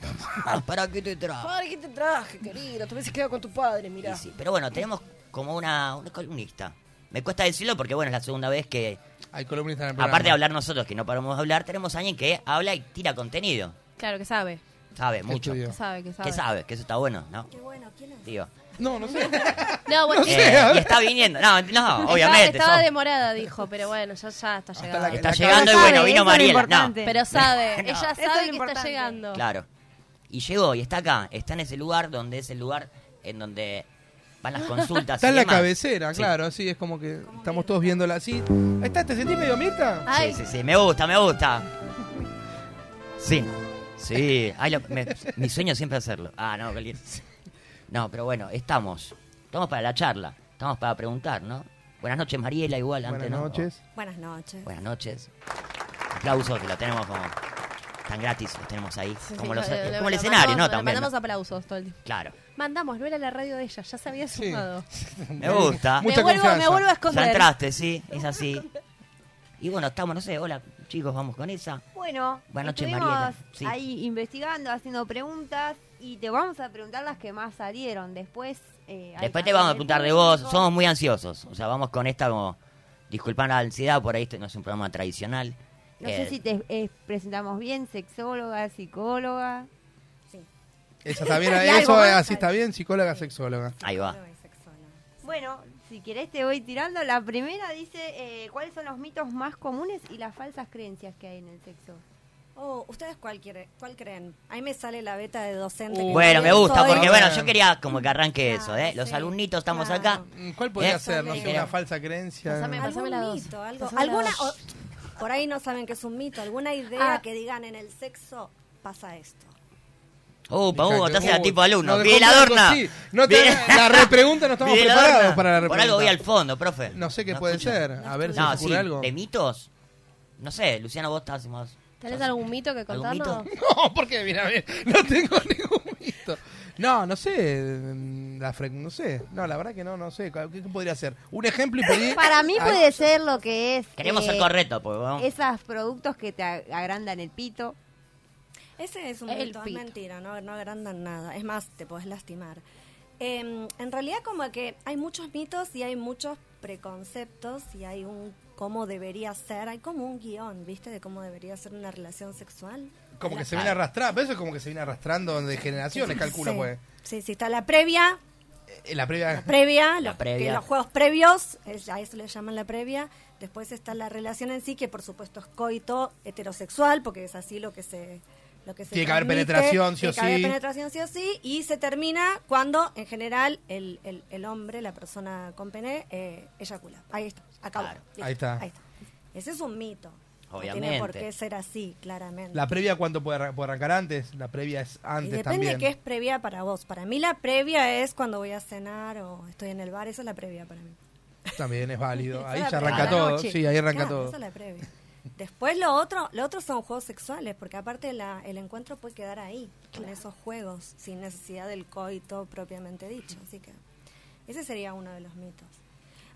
S3: ¿Para qué te trajo?
S5: Padre, ¿qué te traje, querido? Te hubieses quedado con tu padre,
S3: Y
S5: mirá.
S3: sí, pero bueno, tenemos como una, una columnista. Me cuesta decirlo porque, bueno, es la segunda vez que,
S2: Hay columnistas en el programa.
S3: aparte de hablar nosotros, que no paramos de hablar, tenemos a alguien que habla y tira contenido.
S5: Claro que sabe,
S3: Sabe mucho.
S2: estudió?
S5: que sabe, que sabe.
S3: Que sabe, que eso está bueno, ¿no?
S4: Qué bueno, ¿quién es?
S3: Digo.
S2: No, no sé.
S5: No, bueno,
S2: No
S5: eh,
S2: sé.
S3: Eh,
S2: a ver.
S3: y está viniendo. No, no,
S5: estaba-
S3: obviamente.
S5: Estaba
S3: sos-
S5: demorada, dijo, pero bueno, ya, ya está llegando.
S2: la-
S3: está
S2: la
S3: llegando y bueno,
S4: cabeza. Sabe, eso
S3: vino
S4: es
S3: Mariela. No,
S4: importante.
S5: Pero sabe,
S3: No.
S4: Eso es
S5: ella
S4: lo
S5: sabe que está
S4: importante.
S5: llegando.
S3: Claro. Y llegó y está acá. Está en ese lugar donde es el lugar en donde van las consultas.
S2: Está
S3: y
S2: en la
S3: demás.
S2: cabecera,
S3: Sí.
S2: claro, así es como que estamos todos viéndola así. Ahí está, ¿te sentís medio Mirta?
S5: Ay,
S3: Sí, sí, sí, me gusta, me gusta. Sí, sí. Ay, lo- me- mi sueño siempre es hacerlo. Ah, no, cualquier- No, pero bueno, estamos. Estamos para la charla. Estamos para preguntar, ¿no? Buenas noches, Mariela, igual.
S2: Buenas
S3: antes, ¿no? Oh,
S2: noches.
S4: Buenas noches.
S3: Buenas noches. Aplausos que lo tenemos como tan gratis, los tenemos ahí.
S5: sí, sí,
S3: como
S5: le-
S3: los- eh,
S5: le-
S3: como el
S5: le
S3: escenario,
S5: mandamos-
S3: ¿no?
S5: Le
S3: También.
S5: mandamos
S3: ¿no?
S5: aplausos todo el día.
S3: Claro.
S5: Mandamos, no era la radio de ella, ya se había sumado.
S3: Me gusta.
S2: Mucha
S5: me, vuelvo,
S2: confianza.
S5: me vuelvo a
S3: Ya
S5: esconder.
S3: entraste, sí, es así. Y bueno, estamos, no sé, hola chicos, vamos con esa.
S4: Bueno,
S3: Buenas noches,
S4: estuvimos
S3: Mariela. Sí.
S4: ahí investigando, haciendo preguntas y te vamos a preguntar las que más salieron. Después, eh, hay
S3: Después te
S4: también
S3: vamos a
S4: el
S3: apuntar de vos.
S4: público.
S3: Somos muy ansiosos. O sea, vamos con esta como... Disculpan la ansiedad, por ahí esto no es un programa tradicional.
S4: No
S3: Eh,
S4: sé si te eh, presentamos bien, sexóloga, psicóloga.
S2: Esa está bien,
S4: Y
S2: eso
S4: algo más.
S2: así está bien, psicóloga, sexóloga.
S3: Ahí va.
S4: Bueno, si querés te voy tirando. La primera dice, eh, ¿cuáles son los mitos más comunes y las falsas creencias que hay en el sexo?
S8: Oh, ¿ustedes cuál, quiere- cuál creen? Ahí me sale la beta de docente.
S2: Uh,
S8: que
S3: Bueno, me
S8: también
S3: gusta
S8: soy.
S3: porque, bueno,
S2: Bueno.
S3: yo quería como que arranque
S8: Claro,
S3: eso, ¿eh? Los
S8: sí,
S3: alumnitos estamos
S8: claro.
S3: acá.
S2: Mm, ¿Cuál podría
S3: Eh,
S2: ser? No sé,
S3: eh,
S2: una falsa creencia.
S5: Pásame-
S8: Algún
S5: la dos.
S8: mito, algo-
S5: Pásame la
S8: alguna...
S5: dos. Ah.
S8: o- Por ahí no saben que es un mito. ¿Alguna idea que digan en el sexo pasa esto?
S3: Upa, Hugo, te hace la
S2: Uh,
S3: tipo alumno.
S2: nos dejó
S3: Miguel
S2: un poco
S3: Adorna.
S2: así. No te-
S3: Miguel-
S2: la repregunta no estamos
S3: Miguel
S2: preparados
S3: Adorna.
S2: para la
S3: Por
S2: repregunta.
S3: algo voy al fondo, profe.
S2: No sé qué puede ser. A ver si
S3: No,
S2: se ocurre
S3: sí,
S2: algo.
S3: ¿De mitos? No sé, Luciano, vos estás más...
S5: ¿Tenés algún mito que
S3: ¿Algún mito?
S5: contarnos?
S2: No, porque mira, a ver, no tengo ningún mito. No, no sé, mm, la fre- no sé, no, la verdad que no, no sé, ¿qué, qué podría ser? Un ejemplo y por ahí-
S4: Para mí
S2: Ah,
S4: puede ser lo que es.
S3: Queremos
S4: eh,
S3: ser correctos, pues. vamos.
S4: Esos productos que te ag- agrandan el pito.
S8: Ese es un
S5: El
S8: mito, es
S5: pito.
S8: mentira, no, no agrandan nada. Es más, te podés lastimar. Eh, en realidad como que hay muchos mitos y hay muchos preconceptos y hay un cómo debería ser, hay como un guión, ¿viste? De cómo debería ser una relación sexual.
S2: Como que se viene arrastrando, eso es como que se viene arrastrando de generaciones, calculo,
S8: Sí.
S2: pues.
S8: Sí, sí, está la previa,
S2: Eh, La previa...
S8: previa,
S3: La
S8: los,
S3: previa.
S8: que los juegos previos, es- a eso le llaman la previa. Después está la relación en sí, que por supuesto es coito heterosexual, porque es así lo que se. Lo que se
S2: Tiene que haber
S8: transmite.
S2: penetración, sí
S8: Tiene
S2: o
S8: que haber
S2: sí.
S8: penetración sí o sí. Y se termina cuando, en general, el, el- el hombre, la persona con pene, eh, eyacula. Ahí está, acabó.
S3: Claro.
S8: Listo,
S2: Ahí está.
S8: Ese es un mito. No
S3: Obviamente.
S8: tiene por qué ser así, claramente.
S2: La previa, ¿cuánto puede, arran- puede arrancar antes? La previa es
S8: Y
S2: antes
S8: depende
S2: también.
S8: de qué es previa para vos. Para mí la previa es cuando voy a cenar o estoy en el bar, esa es la previa para mí.
S2: También es válido. Ahí
S8: Esa es
S2: ya
S8: la previa
S2: arranca
S8: de la
S2: todo.
S8: noche.
S2: Sí, ahí arranca
S8: Claro,
S2: todo.
S8: esa es la previa. Después lo otro, lo otro son juegos sexuales, porque aparte la- el encuentro puede quedar ahí, con esos juegos, sin necesidad del coito propiamente dicho. Así que ese sería uno de los mitos.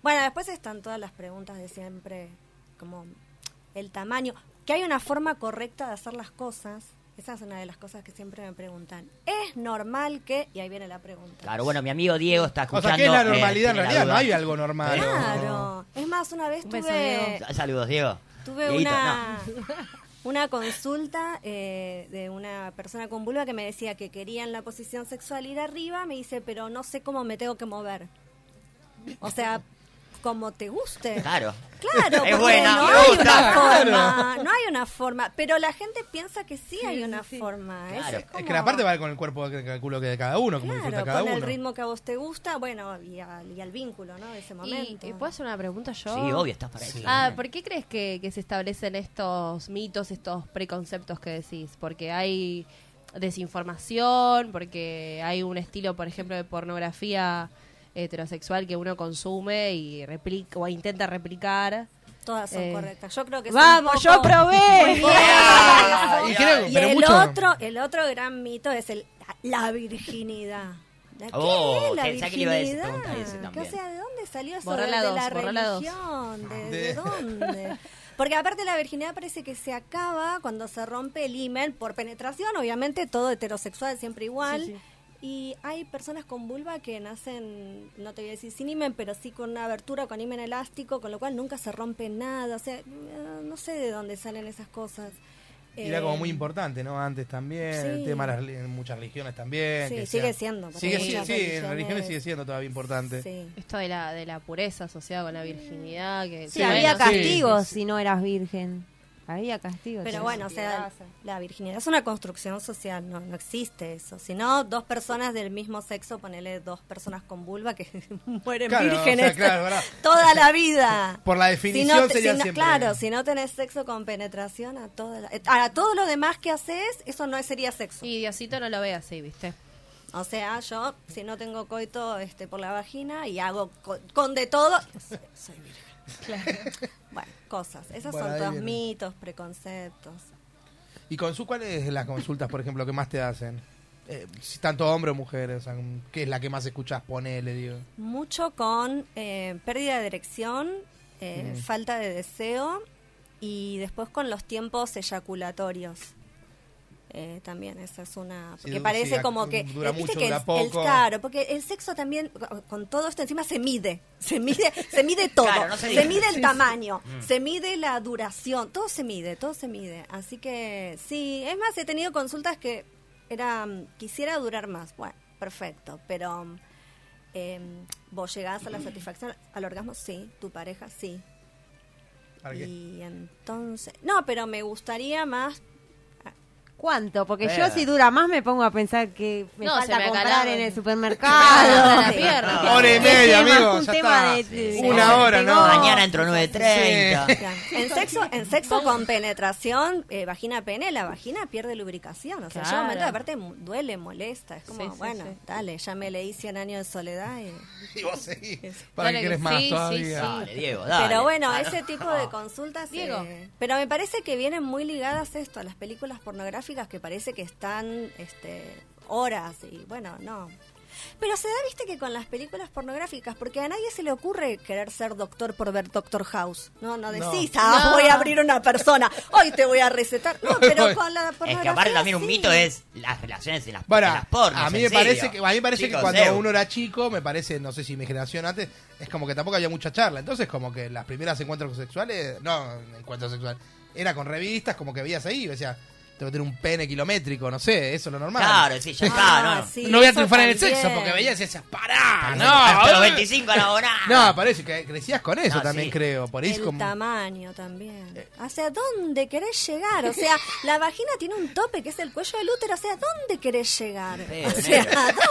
S8: Bueno, después están todas las preguntas de siempre, como el tamaño, que hay una forma correcta de hacer las cosas. Esa es una de las cosas que siempre me preguntan. ¿Es normal que...? Y ahí viene la pregunta.
S3: Claro, bueno, mi amigo Diego
S2: O
S3: está escuchando.
S2: sea, que es la
S3: eh,
S2: normalidad en
S3: tiene la
S2: realidad, no
S3: duda.
S2: hay algo normal.
S8: Claro. Es más, una vez
S5: Un beso,
S8: tuve...
S5: Diego.
S3: Saludos, Diego.
S8: Tuve
S3: Dieguito,
S8: una,
S3: no.
S8: una consulta eh, de una persona con vulva que me decía que quería en la posición sexual ir arriba, me dice, pero no sé cómo me tengo que mover. O sea, como te guste.
S3: Claro.
S8: Claro,
S3: Es
S8: porque
S3: buena,
S8: no
S3: me
S8: hay
S3: gusta.
S8: una
S2: Claro.
S8: forma, no hay una forma, pero la gente piensa que sí hay una forma. es-
S3: Claro.
S8: Es,
S2: Es
S8: como-
S2: que la parte va con el cuerpo que calculo que de cada uno, como disfruta
S8: Claro,
S2: cada
S8: con
S2: uno.
S8: el ritmo que a vos te gusta, bueno, y al, y al vínculo, ¿no? De ese
S5: Y,
S8: momento.
S5: ¿y ¿Puedo hacer una pregunta yo?
S3: Sí, obvio, estás para eso.
S5: Ah, ¿por qué crees que, que se establecen estos mitos, estos preconceptos que decís? Porque hay desinformación, porque hay un estilo, por ejemplo, de pornografía heterosexual que uno consume y replica o intenta replicar.
S8: Todas son
S5: Eh,
S8: correctas. Yo creo que
S5: ¡Vamos,
S8: son
S5: yo probé!
S8: Muy bien.
S2: Ah, y creo-
S8: Y
S2: pero
S8: el
S2: mucho-
S8: otro, el otro gran mito es el la virginidad. ¿La ¿Qué
S3: Oh,
S8: es la
S3: pensá que le iba a decir-
S8: virginidad?
S3: preguntar ese
S8: Que,
S3: también.
S8: O sea, ¿de dónde salió eso de,
S5: Borrala
S8: de
S5: dos,
S8: la
S5: borrala dos.
S8: religión? ¿De, de
S2: De-
S8: dónde? Porque aparte la virginidad parece que se acaba cuando se rompe el himen por penetración, obviamente todo heterosexual siempre igual.
S5: Sí, sí.
S8: Y hay personas con vulva que nacen, no te voy a decir sin himen, pero sí con una abertura, con himen elástico, con lo cual nunca se rompe nada. O sea, eh, no sé de dónde salen esas cosas.
S2: Y era como muy
S8: Eh,
S2: importante, ¿no? Antes también, el
S8: sí.
S2: tema de las reli- en muchas religiones también.
S8: Sí,
S2: que
S8: sigue
S2: sea-
S8: siendo, para
S2: Sigue, sí,
S8: muchas
S2: sí, en
S8: religiones.
S2: religiones sigue siendo todavía importante.
S8: Sí.
S5: Esto de la, de la pureza asociada con la virginidad. Que,
S4: Sí,
S2: Sí,
S4: había
S2: bueno, sí,
S4: castigos
S2: sí,
S4: si no eras virgen. Había castigos.
S8: Pero
S4: sí.
S8: bueno, o sea, la virginidad es una construcción social, no, no existe eso. Si no, dos personas del mismo sexo, ponele dos personas con vulva que mueren
S2: Claro, o sea,
S8: vírgenes
S2: claro, verdad.
S8: toda la vida.
S2: Por la
S8: Si
S2: definición
S8: no, te-
S2: sería
S8: si no-
S2: siempre.
S8: Claro, si no tenés sexo con penetración, a, toda la- eh, a todo lo demás que haces, eso no sería sexo.
S5: Y Diosito no lo ve así, ¿viste?
S8: O sea, yo, si no tengo coito este, por la vagina y hago co- con, de todo, soy, soy virgen. Bueno, cosas. Esos
S2: Bueno, ahí
S8: son todos
S2: viene.
S8: mitos, preconceptos.
S2: ¿Y con su cuáles las consultas, por ejemplo, que más te hacen? Eh, si tanto hombre o mujer, o sea, ¿qué es la que más escuchás ponele, digo?
S8: Mucho con eh, pérdida de erección, eh, falta de deseo y después con los tiempos eyaculatorios. Eh, también esa es una
S2: Sí,
S8: porque
S2: du-
S8: parece
S2: sí,
S8: como
S2: ac-
S8: que
S2: dura
S8: viste
S2: mucho,
S8: que
S2: dura
S8: el- el,
S2: poco.
S8: claro porque el sexo también co- con todo esto encima se mide se mide se mide todo
S3: Claro, no se
S8: se,
S3: diga.
S8: mide el tamaño
S2: Mm.
S8: se mide la duración todo se mide todo se mide así que sí es más he tenido consultas que era mm, quisiera durar más bueno perfecto pero mm, eh, ¿Vos llegás a la satisfacción, al orgasmo? Sí. ¿Tu pareja? Sí.
S2: ¿Para qué?
S8: Y entonces... No, pero me gustaría más ah,
S4: ¿Cuánto? Porque
S3: Eh.
S4: yo si dura más me pongo a pensar que me
S5: No, se
S4: falta
S5: me
S4: comprar
S5: acalaron.
S4: en el
S5: acalaron
S4: supermercado.
S5: la
S3: Ah,
S5: pierna.
S2: Hora y
S4: Qué
S2: media,
S4: tema,
S2: amigo,
S4: Un
S2: ya
S4: tema
S2: está.
S4: de,
S2: Sí. Una hora, ¿no?
S3: Mañana entro 9.30.
S8: Claro. En sexo, en sexo con penetración, eh, vagina pene, la vagina pierde lubricación. O sea, llega un momento,
S5: Claro.
S8: aparte mu- duele, molesta. Es como,
S5: Sí, sí,
S8: bueno,
S5: sí.
S8: dale, ya me leí 100 años de soledad. y-
S2: Y vos seguís. ¿Para
S5: Dale
S2: qué
S5: que
S2: querés más
S5: sí, sí,
S2: todavía?
S5: sí.
S3: Dale, Diego, dale.
S8: Pero bueno,
S3: Dale.
S8: ese tipo de consultas. eh,
S5: Diego.
S8: pero me parece que vienen muy ligadas esto, a las películas pornográficas que parece que están este, horas y bueno, no. Pero se da, viste, que con las películas pornográficas, porque a nadie se le ocurre querer ser doctor por ver Doctor House. No, no decís, ah,
S5: No.
S8: voy a abrir una persona, hoy te voy a recetar. No, pero
S2: Voy.
S8: con la
S3: Es
S8: pornografía.
S3: que aparte también un
S8: sí.
S3: mito es las relaciones en las,
S2: Bueno,
S3: en las pornos,
S2: a mí
S3: en
S2: me
S3: serio.
S2: parece que a mí me parece
S3: Chicos,
S2: que cuando
S3: eh,
S2: uno era chico, me parece, no sé si mi generación antes, es como que tampoco había mucha charla. Entonces, como que las primeras encuentros sexuales, no, encuentros sexuales, era con revistas, como que veías ahí, decía, tengo que tener un pene kilométrico, no sé, eso es lo normal.
S3: Claro, sí, ya está,
S8: Ah,
S3: no.
S8: sí,
S2: no voy a
S8: eso
S2: triunfar en el
S8: también.
S2: sexo porque veías y decías, pará, no.
S3: Hasta
S2: eh".
S3: los 25 no hago nada.
S2: No, parece que crecías con eso
S3: No,
S2: también,
S3: sí.
S2: creo. Por ahí es
S8: el
S2: como. Eh.
S8: tamaño también. O sea, ¿dónde querés llegar? O sea, la vagina tiene un tope que es el cuello del útero. O sea, ¿dónde querés llegar?
S3: Sí,
S8: O sea,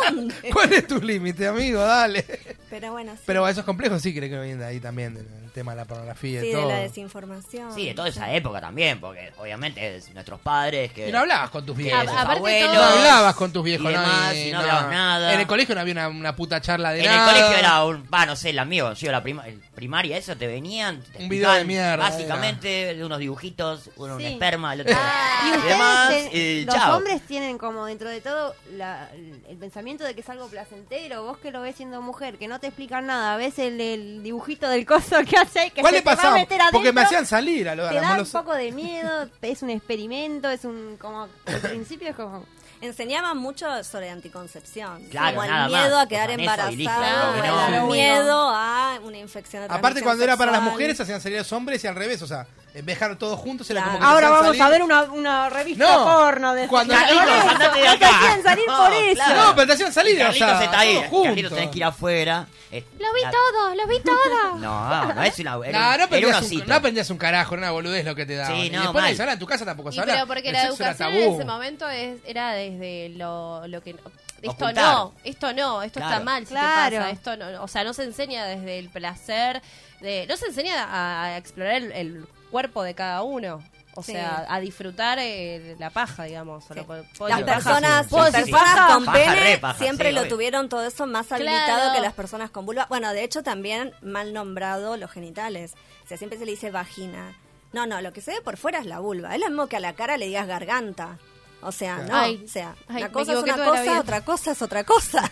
S8: ¿dónde?
S2: ¿Cuál es tu límite, amigo? Dale.
S8: Pero bueno, sí,
S2: Pero eso es complejo, sí, creo que viene de ahí también, el tema de la pornografía y
S8: sí, de
S2: todo.
S8: la desinformación.
S3: Sí, de toda esa época también, porque obviamente es nuestros padres que...
S2: Y no hablabas con tus
S3: que
S2: viejos.
S3: sus
S5: Aparte
S3: abuelos,
S5: todo-
S2: No hablabas con tus viejos,
S3: y demás,
S2: no, y
S3: y no
S2: no.
S3: hablabas nada.
S2: En el colegio no había una, una puta charla de
S3: En el
S2: nada.
S3: colegio era un, va, no sé, el amigo, yo la prima- el primaria, eso te venían, te
S2: Un video de
S3: explicaban
S2: mierda,
S3: Básicamente, de unos dibujitos, uno un
S4: Sí. Ah.
S3: esperma, el otro.
S4: Y ustedes,
S3: demás,
S4: ten-
S3: y
S4: los
S3: chao.
S4: hombres tienen como dentro de todo la- el pensamiento de que es algo placentero. Vos que lo ves siendo mujer, que no te explican nada, ves el, el dibujito del coso que hace y que
S2: ¿Cuál
S4: se
S2: le
S4: te va a
S2: pasaba?
S4: meter adentro,
S2: Porque me hacían salir a, lo, a
S4: Te
S2: las
S4: da un
S2: malos-
S4: poco de miedo, es un experimento, es un como al principio es como
S8: Enseñaban mucho sobre anticoncepción.
S3: Claro,
S8: como
S3: nada
S8: el miedo
S3: más.
S8: a quedar
S3: Con eso y listo,
S8: embarazada,
S3: no,
S8: o
S2: no.
S8: el miedo a una infección de
S2: Aparte,
S8: transmisión
S2: cuando era para las
S8: sexual.
S2: mujeres, hacían salir a los hombres y al revés. O sea, en vez de dejar todos juntos, era
S8: Claro.
S2: como que
S4: ahora
S2: hacían
S4: vamos a
S2: salir.
S4: ver una, una revista
S2: No,
S4: porno de
S2: cuando-
S4: Por
S3: Carlitos,
S4: eso,
S3: Ah, andate de
S4: no te
S3: acá.
S4: hacían salir
S3: No,
S4: por eso.
S3: claro.
S2: No, pero te hacían salir, o
S3: Carlitos
S2: sea,
S3: está ahí,
S2: todos juntos.
S3: Carlitos tenés que ir afuera. eh,
S5: Lo vi todo, lo vi todo.
S3: No, no es una. era
S2: No,
S3: un-
S2: no
S3: era un
S2: aprendías,
S3: osito.
S2: un, no aprendías un carajo, era una boludez lo que te daban.
S3: Sí,
S2: y
S3: no,
S2: después
S3: mal.
S2: de hablar en tu casa
S3: Pues
S2: tampoco
S5: Y
S2: se hablaba.
S5: pero porque
S2: El
S5: la
S2: sexo era
S5: educación en
S2: tabú.
S5: ese momento es, era desde lo, lo que... Esto
S3: Ocultar.
S5: no, esto no, esto
S3: Claro.
S5: está mal, si te
S4: Claro.
S5: pasa, esto no, no. o sea, no se enseña desde el placer, de, no se enseña a, a explorar el, el cuerpo de cada uno, o
S8: Sí.
S5: sea, a disfrutar eh, la paja, digamos. o lo que- puedo
S8: Las
S5: decir paja.
S8: personas,
S3: sí, sí,
S8: las
S3: sí.
S8: personas con
S3: Paja,
S8: pene
S3: re paja,
S8: siempre
S3: sí,
S8: lo
S3: obvio.
S8: tuvieron todo eso más
S5: Claro.
S8: habilitado que las personas con vulva. Bueno, de hecho también mal nombrado los genitales. O sea, siempre se le dice vagina. No, no, lo que se ve por fuera es la vulva. Es lo mismo que a la cara le digas garganta. O sea, no,
S5: Ay.
S8: o sea,
S5: Ay,
S8: una
S5: me
S8: cosa es
S5: equivoqué
S8: una
S5: toda la vida.
S8: cosa, otra cosa es otra cosa.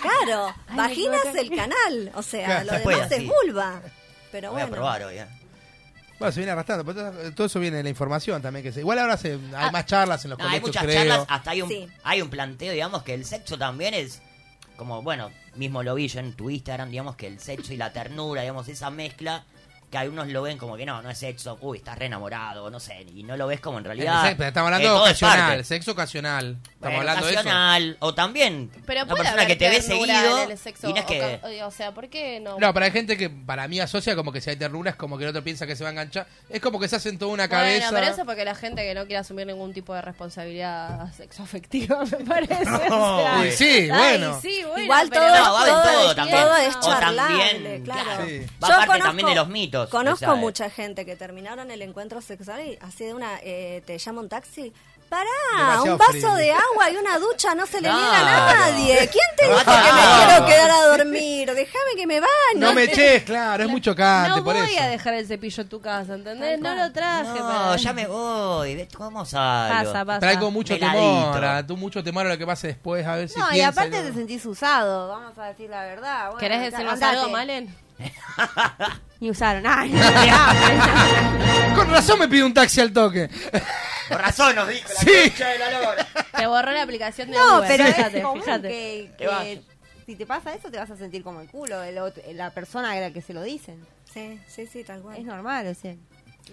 S8: claro,
S4: Ay, me
S8: vagina es
S4: equivoqué.
S8: el canal, o sea,
S2: Claro,
S8: lo
S3: se
S8: demás
S3: puede,
S8: es
S3: sí.
S8: vulva. Pero
S3: Voy a
S8: bueno,
S3: probar hoy, eh.
S2: Bueno, se viene arrastrando. pero todo- todo eso viene de la información también. que se, Igual ahora se, hay
S3: Ah.
S2: más charlas en los
S3: No, hay
S2: colegios,
S3: muchas
S2: creo.
S3: charlas, hasta hay un,
S8: Sí.
S3: hay un planteo, digamos, que el sexo también es como, bueno, mismo lo vi yo en tu Instagram, digamos, que el sexo y la ternura, digamos, esa mezcla que algunos lo ven como que no, no es sexo, uy, estás re enamorado, no sé, y no lo ves como en realidad.
S2: El sexo- pero estamos
S3: que
S2: hablando
S3: todo es
S2: ocasional,
S3: parte.
S2: sexo ocasional. Estamos
S3: Bueno,
S2: hablando de eso.
S3: ocasional, o también
S5: Pero
S3: una
S5: puede
S3: persona que
S5: haber
S3: te ve
S5: ternura
S3: seguido
S5: en el sexo,
S3: y no es que...
S5: o ca- o sea, ¿por qué no?
S2: No, pero hay gente que para mí asocia como que si hay ternura es como que el otro piensa que se va a enganchar. Es como que se hacen toda una cabeza.
S5: Bueno, pero eso porque la gente que no quiere asumir ningún tipo de responsabilidad sexoafectiva, me parece.
S3: No,
S5: o sea.
S3: güey.
S2: Y sí,
S5: Ay,
S2: bueno.
S5: sí, bueno,
S8: Igual
S5: pero
S3: no,
S8: todo, es-
S3: va de
S8: todo,
S3: todo
S8: es-
S3: también.
S8: todo es
S3: O
S8: charlable,
S3: también,
S8: claro.
S2: claro. Sí.
S3: Va
S8: Yo
S3: aparte también de los mitos,
S8: Conozco
S3: o sea,
S8: mucha gente que terminaron el encuentro sexual y así de una, eh, te llama un taxi. Pará,
S2: Demasiado
S8: un vaso
S2: frío.
S8: de agua y una ducha no se le
S3: Claro.
S8: niega a nadie. ¿Quién te dijo que me
S3: Claro.
S8: quiero quedar a dormir? Déjame que me bañe.
S2: No me eches, claro, es muy chocante
S5: no
S2: por
S5: voy a
S2: eso.
S5: dejar el cepillo en tu casa, ¿entendés?
S8: Tal
S5: No
S8: cual.
S5: lo traje.
S3: No,
S5: para-
S3: ya me voy, ve, tomamos algo.
S5: Pasa, pasa.
S2: Traigo mucho
S3: Veladito.
S2: temor, a- tú mucho temor a lo que pase después, a ver si
S4: No, y
S2: piensa
S4: aparte
S2: no.
S4: te sentís usado, vamos a decir la verdad. Bueno,
S5: ¿Querés decirnos
S4: andate.
S5: algo, Malen?
S4: Y usaron. Ay, no,
S2: Con razón me pide un taxi al toque.
S3: Por razón nos dijo la
S2: Sí.
S3: concha de la lora.
S5: Te borró la aplicación de
S4: No,
S5: Uber,
S4: pero
S5: fíjate,
S4: es común
S5: fíjate.
S4: que,
S3: Te
S4: que
S3: vas.
S4: si te pasa eso te vas a sentir como el culo, el otro- la persona a la que se lo dicen.
S8: Sí, sí, sí, tal cual.
S4: Es normal, o sea.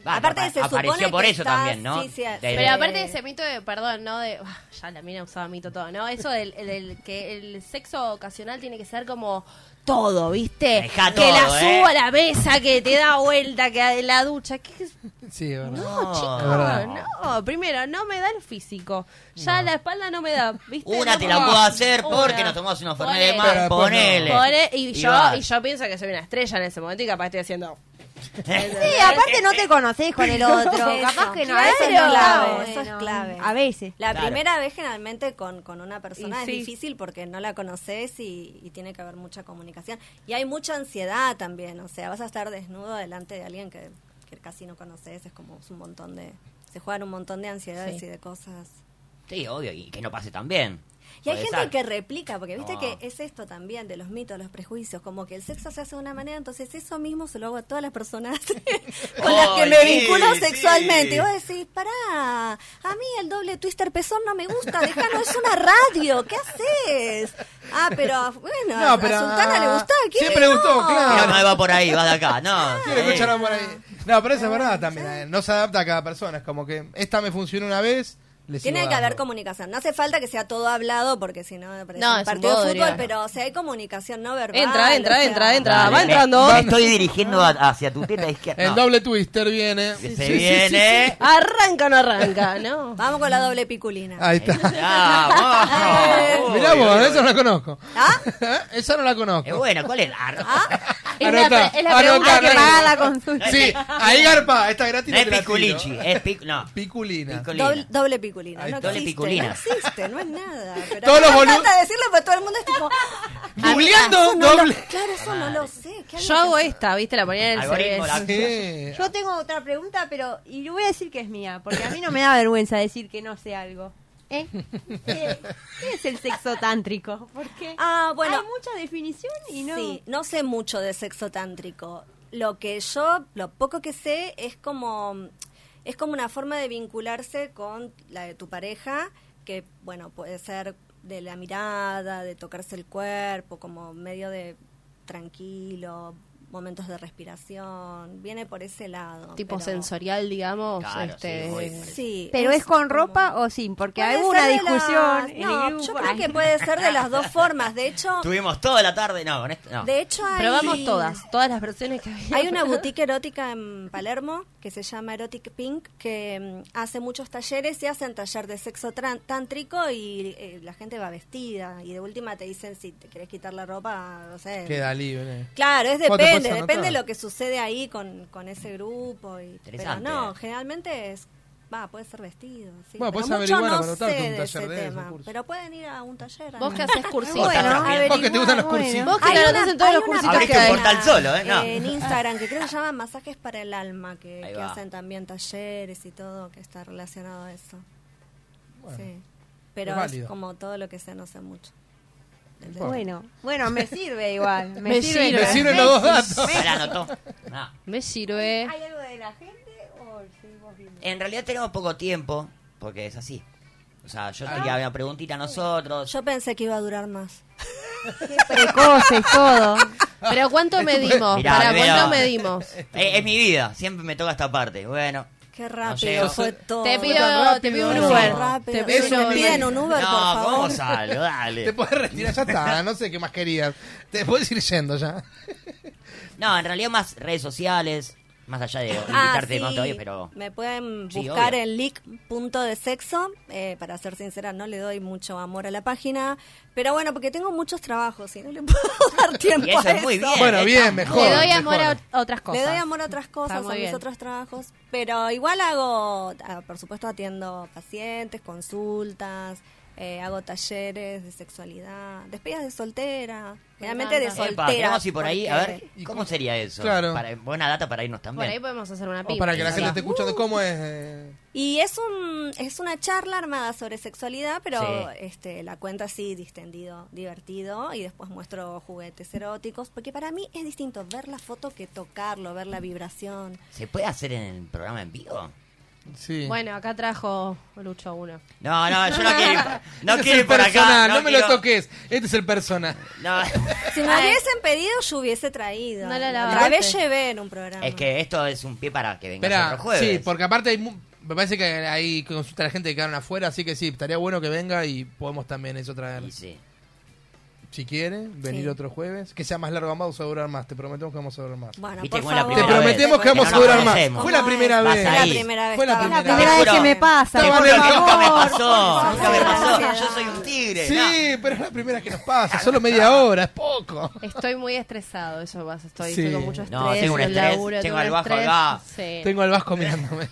S3: Va,
S8: Aparte
S3: apa-
S8: se supone
S3: apareció por
S8: que
S3: eso
S8: estás-
S3: también, ¿no?
S8: sí, sí,
S3: De-
S8: pero
S5: Pero
S8: Eh.
S5: aparte de ese mito de, perdón, ¿no? De, ah, ya la mina usaba mito todo, ¿no? Eso del, el- el- que el sexo ocasional tiene que ser como todo, ¿viste?
S3: Dejá
S5: que la
S3: todo,
S5: subo
S3: ¿eh?
S5: a la mesa, que te da vuelta, que de la ducha. ¿Qué-
S2: Sí, es verdad.
S5: No, chicos,
S2: verdad.
S5: no. Primero, no me da el físico. Ya la espalda no me da, ¿viste?
S3: Una
S5: No
S3: te la
S5: puedo-
S3: puedo hacer
S5: Una.
S3: porque nos tomamos unos fernet de
S5: Ponele.
S3: mar,
S2: Pero después no.
S3: ponele.
S5: Pobre- y, yo,
S3: va.
S5: y yo pienso que soy una estrella en ese momento y capaz estoy haciendo.
S4: Sí, aparte no te conocés con el otro.
S8: Eso,
S4: Capaz que no.
S8: claro,
S4: eso es
S8: claro,
S4: clave.
S8: eso es clave.
S4: A veces.
S8: La
S3: Claro.
S8: primera vez generalmente con, con una persona
S5: Y
S8: es
S5: sí.
S8: difícil porque no la conoces y, y tiene que haber mucha comunicación. Y hay mucha ansiedad también, o sea, vas a estar desnudo delante de alguien que, que casi no conoces, es como es un montón de... Se juegan un montón de ansiedades
S5: Sí.
S8: y de cosas.
S3: Sí, obvio, y que no pase tan bien.
S8: Y hay
S3: Puede
S8: gente
S3: ser.
S8: que replica, porque viste
S3: No.
S8: que es esto también de los mitos, los prejuicios, como que el sexo se hace de una manera, entonces eso mismo se lo hago a todas las personas con las que
S3: Ay,
S8: me
S3: sí,
S8: vinculo
S3: sí.
S8: sexualmente. Y vos decís, pará, a mí el doble twister pezón no me gusta, déjalo, es una radio, ¿qué haces? Ah, pero bueno,
S2: No, pero,
S8: a Sultana le gustó, ¿a quién
S2: siempre le
S8: no?
S2: gustó, claro.
S3: No, no va por ahí, va de acá, no.
S2: Quiero
S3: sí.
S2: escuchar a por ahí. No, pero eso es verdad también. eh, No se adapta a cada persona. Es como que esta me funcionó una vez. Le sigo
S8: Tiene que
S2: dando.
S8: haber comunicación. No hace falta que sea todo hablado porque si no parece
S5: No, es
S8: un
S5: un
S8: partido de
S5: bodrio.
S8: fútbol, pero o sea, hay comunicación no verbal.
S5: Entra, entra,
S8: o sea,
S5: entra, entra.
S3: Dale,
S5: Va
S3: me-
S5: entrando.
S3: Me, estoy dirigiendo a- hacia tu teta izquierda.
S2: El
S3: No,
S2: doble twister viene.
S3: que se viene.
S5: Arranca o no arranca, ¿no?
S8: Vamos con la doble piculina.
S2: Ahí está.
S3: Ah, vamos.
S2: Mirá
S3: Uy,
S2: vos,
S3: uy,
S2: esa no la conozco.
S8: ¿Ah?
S2: esa no la
S3: Es
S2: conozco.
S3: buena, ¿cuál es? Ah,
S5: Es la pre- es la pregunta
S2: anotá.
S5: que
S4: Paga la consulta.
S2: Sí, ahí garpa, esta gratis
S3: no
S2: no
S3: es
S2: te la tiro.
S3: piculichi, es pic, no.
S2: Piculina.
S3: Picolina.
S8: Doble, doble piculina.
S2: Ahí
S8: No
S2: está.
S3: Doble
S8: existe,
S3: piculina.
S8: No existe, no es nada. Pero
S2: Todos
S8: no
S2: los boludos-
S8: falta decirlo, pues todo el mundo es tipo.
S2: Googleando
S8: eso no
S2: doble.
S8: lo- claro, eso no lo sé. ¿qué
S5: Yo
S8: hay
S5: hago
S8: que-
S5: esta, ¿viste? La ponía en el
S3: Algoritmo, la-
S5: CBS.
S2: Sí.
S4: Yo tengo otra pregunta, pero. Y le voy a decir que es mía, porque a mí no me da vergüenza decir que no sé algo. ¿Eh? ¿Qué, qué es el sexo tántrico? Porque
S8: Ah, bueno.
S4: hay mucha definición y no.
S8: Sí, no sé mucho de sexo tántrico. Lo que yo, lo poco que sé es como es como una forma de vincularse con la de tu pareja, que bueno, puede ser de la mirada, de tocarse el cuerpo, como medio de tranquilo, momentos de respiración, viene por ese lado.
S5: Tipo
S8: pero-
S5: sensorial, digamos.
S3: Claro,
S5: este,
S3: sí, voy.
S8: Sí.
S4: Pero es con
S8: como-
S4: ropa o sin, porque
S8: Puede
S4: hay una
S8: ser de las-
S4: discusión. en
S8: no,
S4: el
S8: yo
S4: grupo.
S8: creo
S4: Ay.
S8: que puede ser de las dos formas. De hecho,
S3: Tuvimos toda la tarde, no, con esto, no.
S8: de hecho hay,
S5: Probamos todas, todas las versiones que había.
S8: Hay una boutique erótica en Palermo que se llama Erotic Pink que mm, hace muchos talleres y hacen taller de sexo tran- tántrico y eh, la gente va vestida y de última te dicen si te querés quitar la ropa, no sé.
S2: Queda libre.
S8: Claro, es
S2: Vos te podés
S8: depende,
S2: anotar.
S8: depende de lo que sucede ahí con, con ese grupo. Y, pero
S3: Interesante.
S8: no, generalmente es, va, puede ser vestido. sí,
S2: Bueno,
S8: pero
S2: podés
S8: mucho
S2: averiguar,
S8: no
S2: anotarte
S8: sé
S2: un
S8: de
S2: taller
S8: ese
S2: de esos,
S8: tema,
S2: curso.
S8: pero pueden ir a un taller.
S5: Vos
S8: a-
S5: que haces cursitos.
S2: Vos que te gustan los
S4: Bueno,
S2: cursitos.
S5: Vos que
S8: Hay
S5: la
S8: una-
S5: en todos
S8: hay
S5: los
S8: una
S5: cursitos
S3: Abriste
S5: que hay.
S3: un portal solo, ¿eh? No.
S8: en Instagram, que creo que se llama Masajes para el Alma, que,
S3: Ahí
S8: que
S3: va.
S8: hacen también talleres y todo que está relacionado a eso.
S2: Bueno,
S8: Sí. Pero
S2: es
S8: es,
S2: válido.
S8: como todo lo que sé, no sé mucho.
S4: Bueno, bueno, me sirve igual. Me,
S5: Me
S4: sirve.
S5: sirve.
S2: Me sirven los dos datos.
S3: Pará, anotó. No.
S5: Me sirve.
S4: ¿Hay algo de la gente o seguimos viendo?
S3: En realidad tenemos poco tiempo, porque es así. O sea,
S2: Ah.
S3: yo tenía una preguntita a nosotros.
S8: Yo pensé que iba a durar más.
S4: Qué precoces todo.
S5: Pero ¿cuánto medimos?
S3: Mirá,
S5: ¿Para
S3: mirá.
S5: cuánto medimos?
S3: Eh, es mi vida, siempre me toca esta parte. Bueno,
S8: Qué
S3: llego.
S8: rápido fue todo.
S5: Te
S2: tan
S5: pido,
S2: rápido,
S5: te pido un
S2: no.
S5: Uber.
S8: Rápido.
S5: Te pido
S2: Eso
S5: un
S2: me
S5: Uber.
S8: piden un Uber,
S3: no,
S8: por favor.
S3: ¿cómo salgo?
S2: Te
S3: Dale.
S2: podés retirar, ya está, no sé qué más querías. Te podés ir yendo ya.
S3: No, en realidad más redes sociales, más allá de
S8: Ah,
S3: invitarte
S8: sí.
S3: no te oye, pero
S8: Me pueden
S3: Sí,
S8: buscar
S3: obvio.
S8: en leak punto de sexo. Eh, para ser sincera, no le doy mucho amor a la página. Pero bueno, porque tengo muchos trabajos y no le puedo dar tiempo
S3: Y eso
S8: a
S3: es muy bien.
S2: Bueno,
S3: está
S2: bien,
S3: muy-
S2: mejor.
S5: Le doy amor a
S2: mejor.
S5: ot- otras cosas.
S8: Le doy amor a otras cosas,
S5: Está muy
S8: a mis
S5: bien.
S8: otros trabajos. Pero igual hago, ah, por supuesto, atiendo pacientes, consultas, eh, hago talleres de sexualidad, despedidas de soltera. Generalmente de
S5: encanta.
S3: Epa,
S8: soltera.
S3: queremos ir por ahí, a ver,
S8: porque-
S3: ¿cómo sería eso?
S2: Claro.
S3: Para- buena data para irnos
S5: Por ahí
S3: también.
S5: podemos hacer una
S2: O
S5: pipa.
S2: Oh, para que la gente
S5: Sí.
S2: te escuche de cómo es. eh,
S8: Y es un es una charla armada sobre sexualidad, pero
S3: Sí.
S8: este la cuenta así distendido, divertido y después muestro juguetes eróticos, porque para mí es distinto ver la foto que tocarlo, ver la vibración.
S3: ¿Se puede hacer en el programa en vivo?
S2: Sí.
S5: Bueno, acá trajo Lucho uno.
S3: No, no, yo no quiero ir, pa- no
S2: Este es
S3: quiero
S2: el
S3: ir por acá.
S2: personal, no, me lo
S3: quiero-
S2: toques. Este es el personal.
S3: No.
S8: Si me hubiesen pedido, yo hubiese traído.
S5: No la
S8: Otra
S5: lavaste.
S8: vez llevé en un programa.
S3: Es que esto es un pie para que vengas
S2: Espera,
S3: otro jueves.
S2: sí, porque aparte hay, mu- me parece que hay consulta a la gente que quedaron afuera, así que sí, estaría bueno que venga y podemos también eso traer.
S3: Y sí.
S2: si quiere, venir
S8: Sí.
S2: otro jueves. Que sea más largo, vamos a durar más. Te prometemos que vamos a durar más.
S8: Bueno,
S3: Viste,
S8: por
S3: fue la
S8: favor.
S2: Te
S3: Primera
S2: prometemos
S3: vez.
S2: que vamos
S3: No
S2: a
S3: nos
S2: durar más.
S3: conocemos.
S2: Fue la
S8: ¿Cómo es?
S2: primera
S3: Vas
S2: vez.
S8: Fue la
S3: ahí.
S8: primera vez.
S2: Fue la
S8: estaba-
S4: Es la
S2: Te
S4: primera vez
S3: juro.
S4: que me pasa.
S3: Te
S4: por
S3: juro que nunca me
S4: favor.
S3: pasó,
S8: por
S3: nunca me
S8: favor.
S3: pasó. Yo soy un tigre.
S2: Sí, pero es la primera que nos pasa. Solo media hora, es poco.
S5: Estoy muy estresado, eso pasa. Estoy,
S2: Sí.
S5: estoy con mucho estrés.
S3: No, tengo un
S5: el
S3: estrés,
S5: laburo,
S3: tengo
S5: un
S3: al bajo
S5: estrés.
S3: acá.
S5: Sí.
S2: Tengo al Vasco mirándome.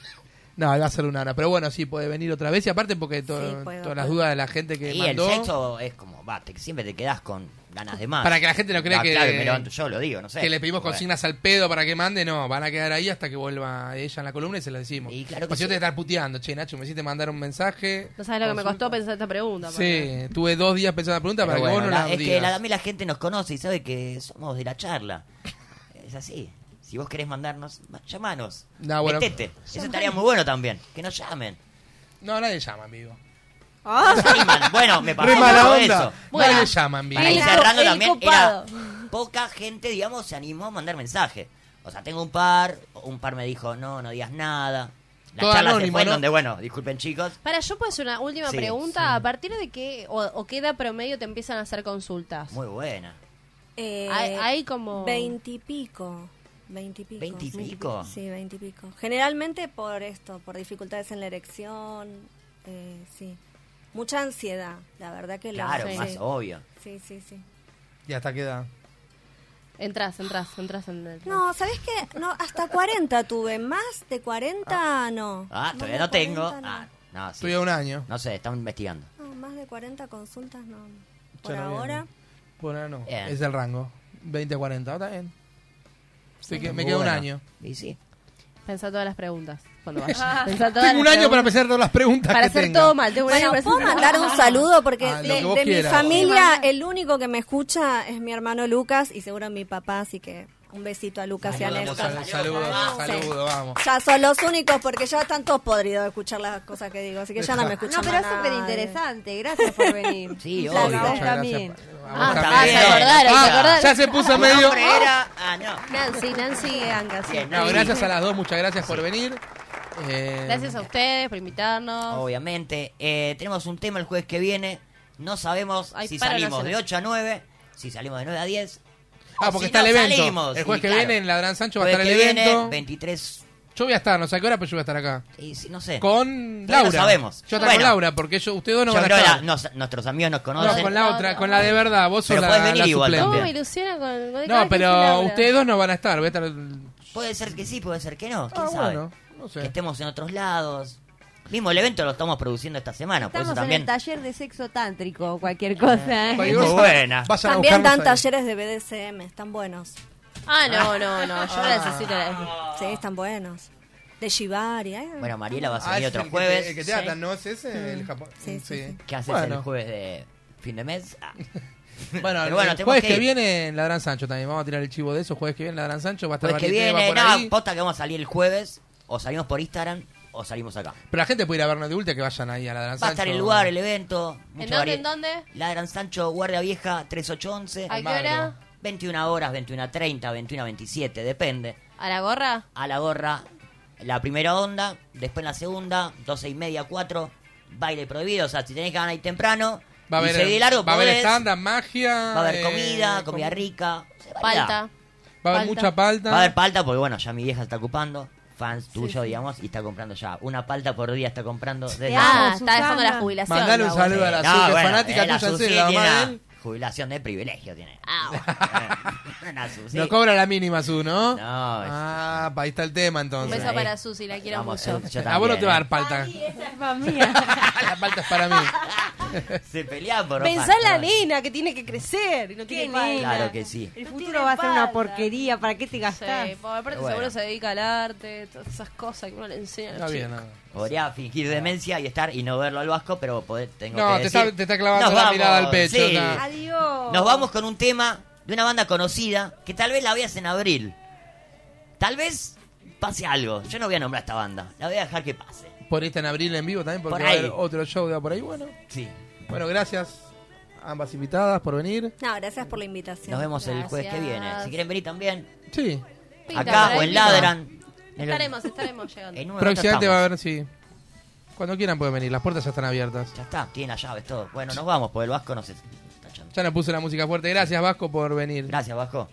S2: No, va a ser una hora. Pero bueno, sí, puede venir otra vez. Y aparte, porque to-
S8: Sí, puedo,
S2: todas las
S8: puedo.
S2: dudas de la gente que
S3: Y
S2: mandó.
S3: el sexo es como, va, te- siempre te quedás con ganas de más.
S2: Para que la gente no crea
S3: Ah,
S2: que-
S3: claro, me levanto yo lo digo, no sé.
S2: que le pedimos
S3: Bueno.
S2: consignas al pedo para que mande, no, van a quedar ahí hasta que vuelva ella en la columna y se las decimos.
S3: Y claro que
S2: Pues yo
S3: sí.
S2: te voy a estar puteando, che, Nacho, me hiciste mandar un mensaje.
S5: No sabes lo que me costó pensar esta pregunta. porque-
S2: Sí, tuve dos días pensando la pregunta
S3: Pero
S2: para que
S3: bueno,
S2: vos no
S3: la-
S2: la,
S3: es que
S2: digas.
S3: la, a mí la gente nos conoce y sabe que somos de la charla. Es así. Si vos querés mandarnos, ma- llamanos.
S2: No, bueno.
S3: Metete. Eso estaría muy bueno también. Que nos llamen.
S2: No, nadie llama, amigo.
S3: Nos animan. Bueno, me pasó
S2: Re mala
S3: todo
S2: onda.
S3: eso.
S5: Bueno.
S2: Nadie llama, amigo.
S3: Para ir
S5: El
S3: cerrando
S5: co- el
S3: también,
S5: copado.
S3: era poca gente, digamos, se animó a mandar mensaje. O sea, tengo un par, un par me dijo, no, no digas nada. La
S2: Todo
S3: charla se
S2: anónimo,
S3: fue en
S2: ¿no?
S3: donde, bueno, disculpen chicos.
S5: Para, yo puedo hacer una última
S3: Sí,
S5: pregunta.
S3: sí.
S5: ¿A partir de qué o, o qué edad promedio te empiezan a hacer consultas?
S3: Muy buena.
S8: Eh,
S5: Hay- hay como-
S8: Veintipico. Veintipico.
S3: ¿Veintipico?
S8: Sí, veintipico. Generalmente por esto, por dificultades en la erección. eh, sí. Mucha ansiedad, la verdad que la.
S3: Claro,
S8: sí.
S3: más obvio.
S8: Sí, sí, sí.
S2: Y hasta queda.
S5: Entrás, entrás, entrás en el...
S8: No, ¿sabes qué? No, hasta 40 tuve. Más de 40 no.
S3: Ah,
S8: Más
S3: todavía
S8: de
S3: no tengo.
S8: 40 no.
S3: Ah, no, sí.
S2: Estuve un año.
S3: No sé, estamos investigando.
S8: No, más de 40 consultas no. Por
S2: Ya no
S8: ahora.
S2: viene. Por ahora no.
S3: Bien.
S2: Es el rango. 20 a 40, está bien. Así que me
S3: Muy
S2: queda un
S3: bueno.
S2: año.
S3: Y sí.
S5: Pensá todas las preguntas cuando vayas. Pensá todas
S2: Tengo un
S5: las
S2: año para
S5: preguntas.
S2: pensar todas las preguntas
S5: Para
S2: que
S5: hacer
S2: tenga.
S5: todo mal. Tengo un año
S8: Bueno,
S5: para hacer
S8: ¿puedo
S5: todo mal.
S8: mandar un saludo? Porque
S2: Ah, lo
S8: de,
S2: que vos
S8: de mi
S2: quieras.
S8: familia el único que me escucha es mi hermano Lucas y seguro mi papá, así que un besito a Lucas y a
S3: Saludamos
S8: Néstor.
S3: a
S2: Sal- Saludos,
S8: Vamos.
S2: saludos, vamos.
S8: Ya son los únicos porque ya están todos podridos de escuchar las cosas que digo, así que ya no me escuchan
S4: No, pero es
S8: más
S4: súper
S8: nadie.
S4: interesante. Gracias por venir.
S3: Sí,
S4: Gracias
S3: obvio.
S4: a vos
S2: Muchas
S4: también.
S2: gracias.
S5: Ah,
S2: Vamos
S5: ah, se
S2: también.
S5: acordaron, se acordaron.
S2: Ya se puso
S3: Tu
S2: medio.
S3: nombre era... Ah, no.
S5: Nancy, Nancy Anga, sí.
S3: Bien,
S2: No, gracias a las dos, muchas gracias por venir. Eh,
S5: Gracias a ustedes por
S2: Oh,
S5: invitarnos.
S3: Obviamente. Eh, tenemos un tema el jueves que viene. No sabemos
S5: Ay,
S3: si
S5: para
S3: salimos
S5: nacional.
S3: de 8 a 9, si salimos de 9 a 10.
S2: Ah,
S3: o
S2: porque
S3: si
S2: está
S3: no
S2: el evento.
S3: salimos.
S2: El jueves
S3: Y
S2: que
S3: claro,
S2: viene en Ladrán Sancho va a
S3: jueves
S2: estar el
S3: que viene,
S2: evento.
S3: 23.
S2: Yo voy a estar, no sé a qué hora, pero yo voy a estar acá.
S3: Y, si- no sé.
S2: Con Laura.
S3: Todavía no sabemos.
S2: Yo estar
S3: Bueno.
S2: con Laura, porque yo, ustedes dos no
S3: Yo
S2: van a
S3: creo
S2: estar.
S3: la- nos- nuestros amigos nos
S2: No,
S3: conocen.
S2: con la otra, con la de verdad. Vos sos
S3: Pero
S2: la,
S3: podés venir
S2: la
S3: igual
S2: suplente.
S5: ¿Cómo
S3: también.
S5: me ilusiona con, con cada
S2: No,
S5: vez que se
S2: pero
S5: habla?
S2: ustedes dos no van a estar. Voy a estar.
S3: Puede ser que sí, puede ser que no. ¿Quién
S2: Ah,
S3: sabe?
S2: bueno, no sé.
S3: Que estemos en otros lados. Mismo el evento lo estamos produciendo esta semana, por eso
S4: Estamos en
S3: también.
S4: el taller de sexo tántrico o cualquier cosa. ¿eh?
S3: muy buena.
S2: Vayan a
S8: También dan
S2: buscarnos ahí.
S8: talleres de BDSM, están buenos.
S5: Ah, no, no, no. Yo necesito
S3: Ah,
S5: la...
S8: Sí, están buenos. De Shibari, ¿eh?
S3: Bueno, Mariela va a
S2: Ah,
S3: salir
S2: es
S3: otro
S2: el que te-
S3: jueves.
S2: El que te atan, ¿no? ¿Es ese? El Japón.
S8: Sí, sí, sí.
S3: ¿Qué haces
S2: Bueno.
S3: el jueves de fin de mes? Ah.
S2: Bueno,
S3: Pero
S2: el
S3: tenemos
S2: jueves que,
S3: ir.
S2: viene en la Gran Sancho también. Vamos a tirar el chivo de eso. Jueves que viene en la Gran Sancho va a estar
S3: Jueves que
S2: Marieteva
S3: viene,
S2: por ahí.
S3: no, posta que vamos a salir el jueves. O salimos por Instagram o salimos acá.
S2: Pero la gente puede ir a vernos de vuelta que vayan ahí a la Gran Sancho.
S3: Va a estar el lugar, el evento.
S5: ¿En
S3: mucha
S5: dónde,
S3: vari-
S5: en dónde?
S3: Ladran Sancho, Guardia Vieja, 3811.
S5: ¿A qué
S2: Almagro.
S5: hora?
S3: 21 horas, 21.30, 21.27, depende.
S5: ¿A la gorra?
S3: A la gorra, la primera onda, después la segunda, 12 y media, 4. Baile prohibido, o sea, si tenés que ganar ahí temprano.
S2: Va a
S3: y
S2: haber,
S3: seguí de largo,
S2: va a haber
S3: podés.
S2: stand magia.
S3: Va a haber
S2: eh,
S3: comida,
S2: com-
S3: comida rica. se baila.
S5: Palta.
S2: Va a haber
S5: palta.
S2: mucha palta.
S3: Va a haber palta porque, bueno, ya mi vieja está ocupando. Fans tuyo, digamos, y está comprando ya. Una palta por día está comprando. desde-
S5: Ah, está
S4: Susana.
S5: dejando la jubilación.
S2: Mandale un
S5: la
S2: saludo
S5: abuela.
S2: a la
S3: No,
S2: Suki, es
S3: bueno,
S2: fanática
S3: eh, la
S2: tuya, en
S3: Susi
S2: serio, la
S3: tiene
S2: mamá de
S3: una
S2: él.
S3: Jubilación de privilegio tiene.
S5: Ah,
S3: Una Susi.
S2: No cobra la mínima, Su, ¿no?
S3: No, es-
S2: Ah, pa, ahí está el tema
S5: Un
S2: entonces.
S5: beso para Susi, la quiero
S3: Vamos,
S5: mucho.
S3: yo- yo
S2: a vos no
S3: también,
S2: te va a
S3: eh.
S2: dar palta.
S4: Esa es más mía.
S2: la palta es para mí.
S3: Se pelean por
S5: Pensá en la
S3: Opa,
S5: nena que tiene que crecer y no tiene
S4: nena?
S3: Claro que sí.
S4: El
S5: No
S4: futuro
S5: tiene
S4: va a ser una
S5: palta.
S4: porquería. ¿Para qué te
S5: Sí,
S4: gastás?
S5: pobre, aparte
S3: Bueno.
S5: seguro se dedica al arte, todas esas cosas que uno le enseña. a los
S2: Está bien,
S5: chicos.
S2: nada.
S3: Podría fingir demencia y estar y no verlo al Vasco, pero poder- tengo
S2: No,
S3: que
S2: te
S3: decir-
S2: está- te está clavando
S3: Nos
S2: la
S3: vamos,
S2: mirada al pecho,
S3: sí.
S2: ya.
S4: Adiós.
S3: Nos vamos con un tema de una banda conocida que tal vez la veas en abril. Tal vez pase algo. Yo no voy a nombrar esta banda. La voy a dejar que pase.
S2: Por esta en abril en vivo también, porque
S3: Por
S2: va a
S3: ahí.
S2: haber otro show de por ahí. Bueno,
S3: Sí.
S2: bueno, gracias a ambas invitadas por venir.
S8: No, gracias por la invitación.
S3: Nos vemos el jueves que
S5: Gracias.
S3: viene. Si quieren venir también,
S2: Sí,
S5: Pinta,
S3: acá
S5: por
S3: o
S5: ahí
S3: en
S5: pinta.
S3: Ladran.
S5: Estaremos, estaremos llegando.
S3: En un momento
S2: próximamente
S3: estamos.
S2: va a haber, sí. Cuando quieran pueden venir, las puertas ya están abiertas.
S3: Ya está, tiene las llaves, todo. Bueno, nos vamos, porque el Vasco no se... está echando.
S2: Ya nos puso la música fuerte. Gracias, Vasco, por venir.
S3: Gracias, Vasco.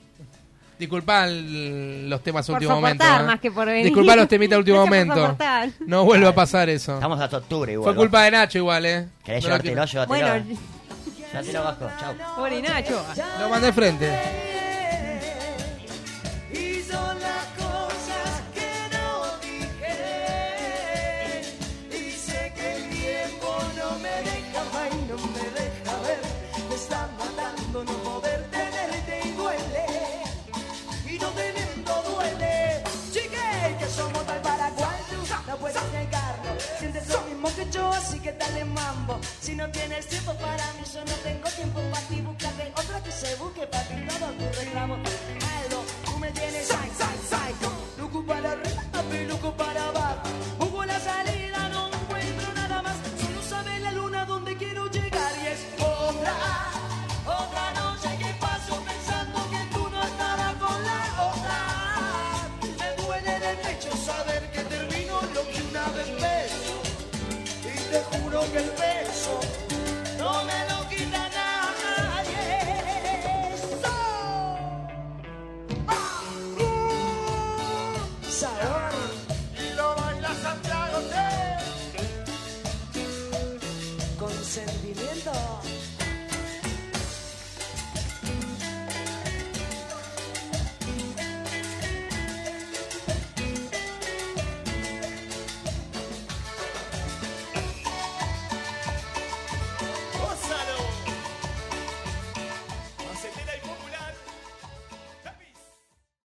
S2: Disculpa el- los temas
S4: Por
S2: último
S4: soportar
S2: momento. ¿eh?
S4: más que por venir.
S2: Disculpa los temitas último
S4: Gracias por
S2: momento.
S4: soportar.
S2: No vuelva a pasar eso.
S3: Estamos hasta octubre igual.
S2: Fue culpa de Nacho igual, ¿eh?
S3: ¿Querés
S2: No lo
S3: llevártelo?
S2: quiero-
S3: Llévatelo.
S4: Bueno,
S3: Llévatelo, Vasco. Chau.
S4: pobre Nacho.
S2: Lo mandé frente.
S9: Y son las cosas que no dije. Y sé que el tiempo no me deja más y no me deja ver. Me está matando no poder tenerte y duele. Y no teniendo duele. Chique, que somos tal para cual tú no puedes negarlo. Sientes lo mismo que yo, así que dale mambo. Si no tienes tiempo para mí, yo no tengo tiempo para ti. Búscate otra que se busque para ti todo tu reclamo. Aldo, tú me tienes psycho, psycho. Luco para arriba, papi, luco para abajo.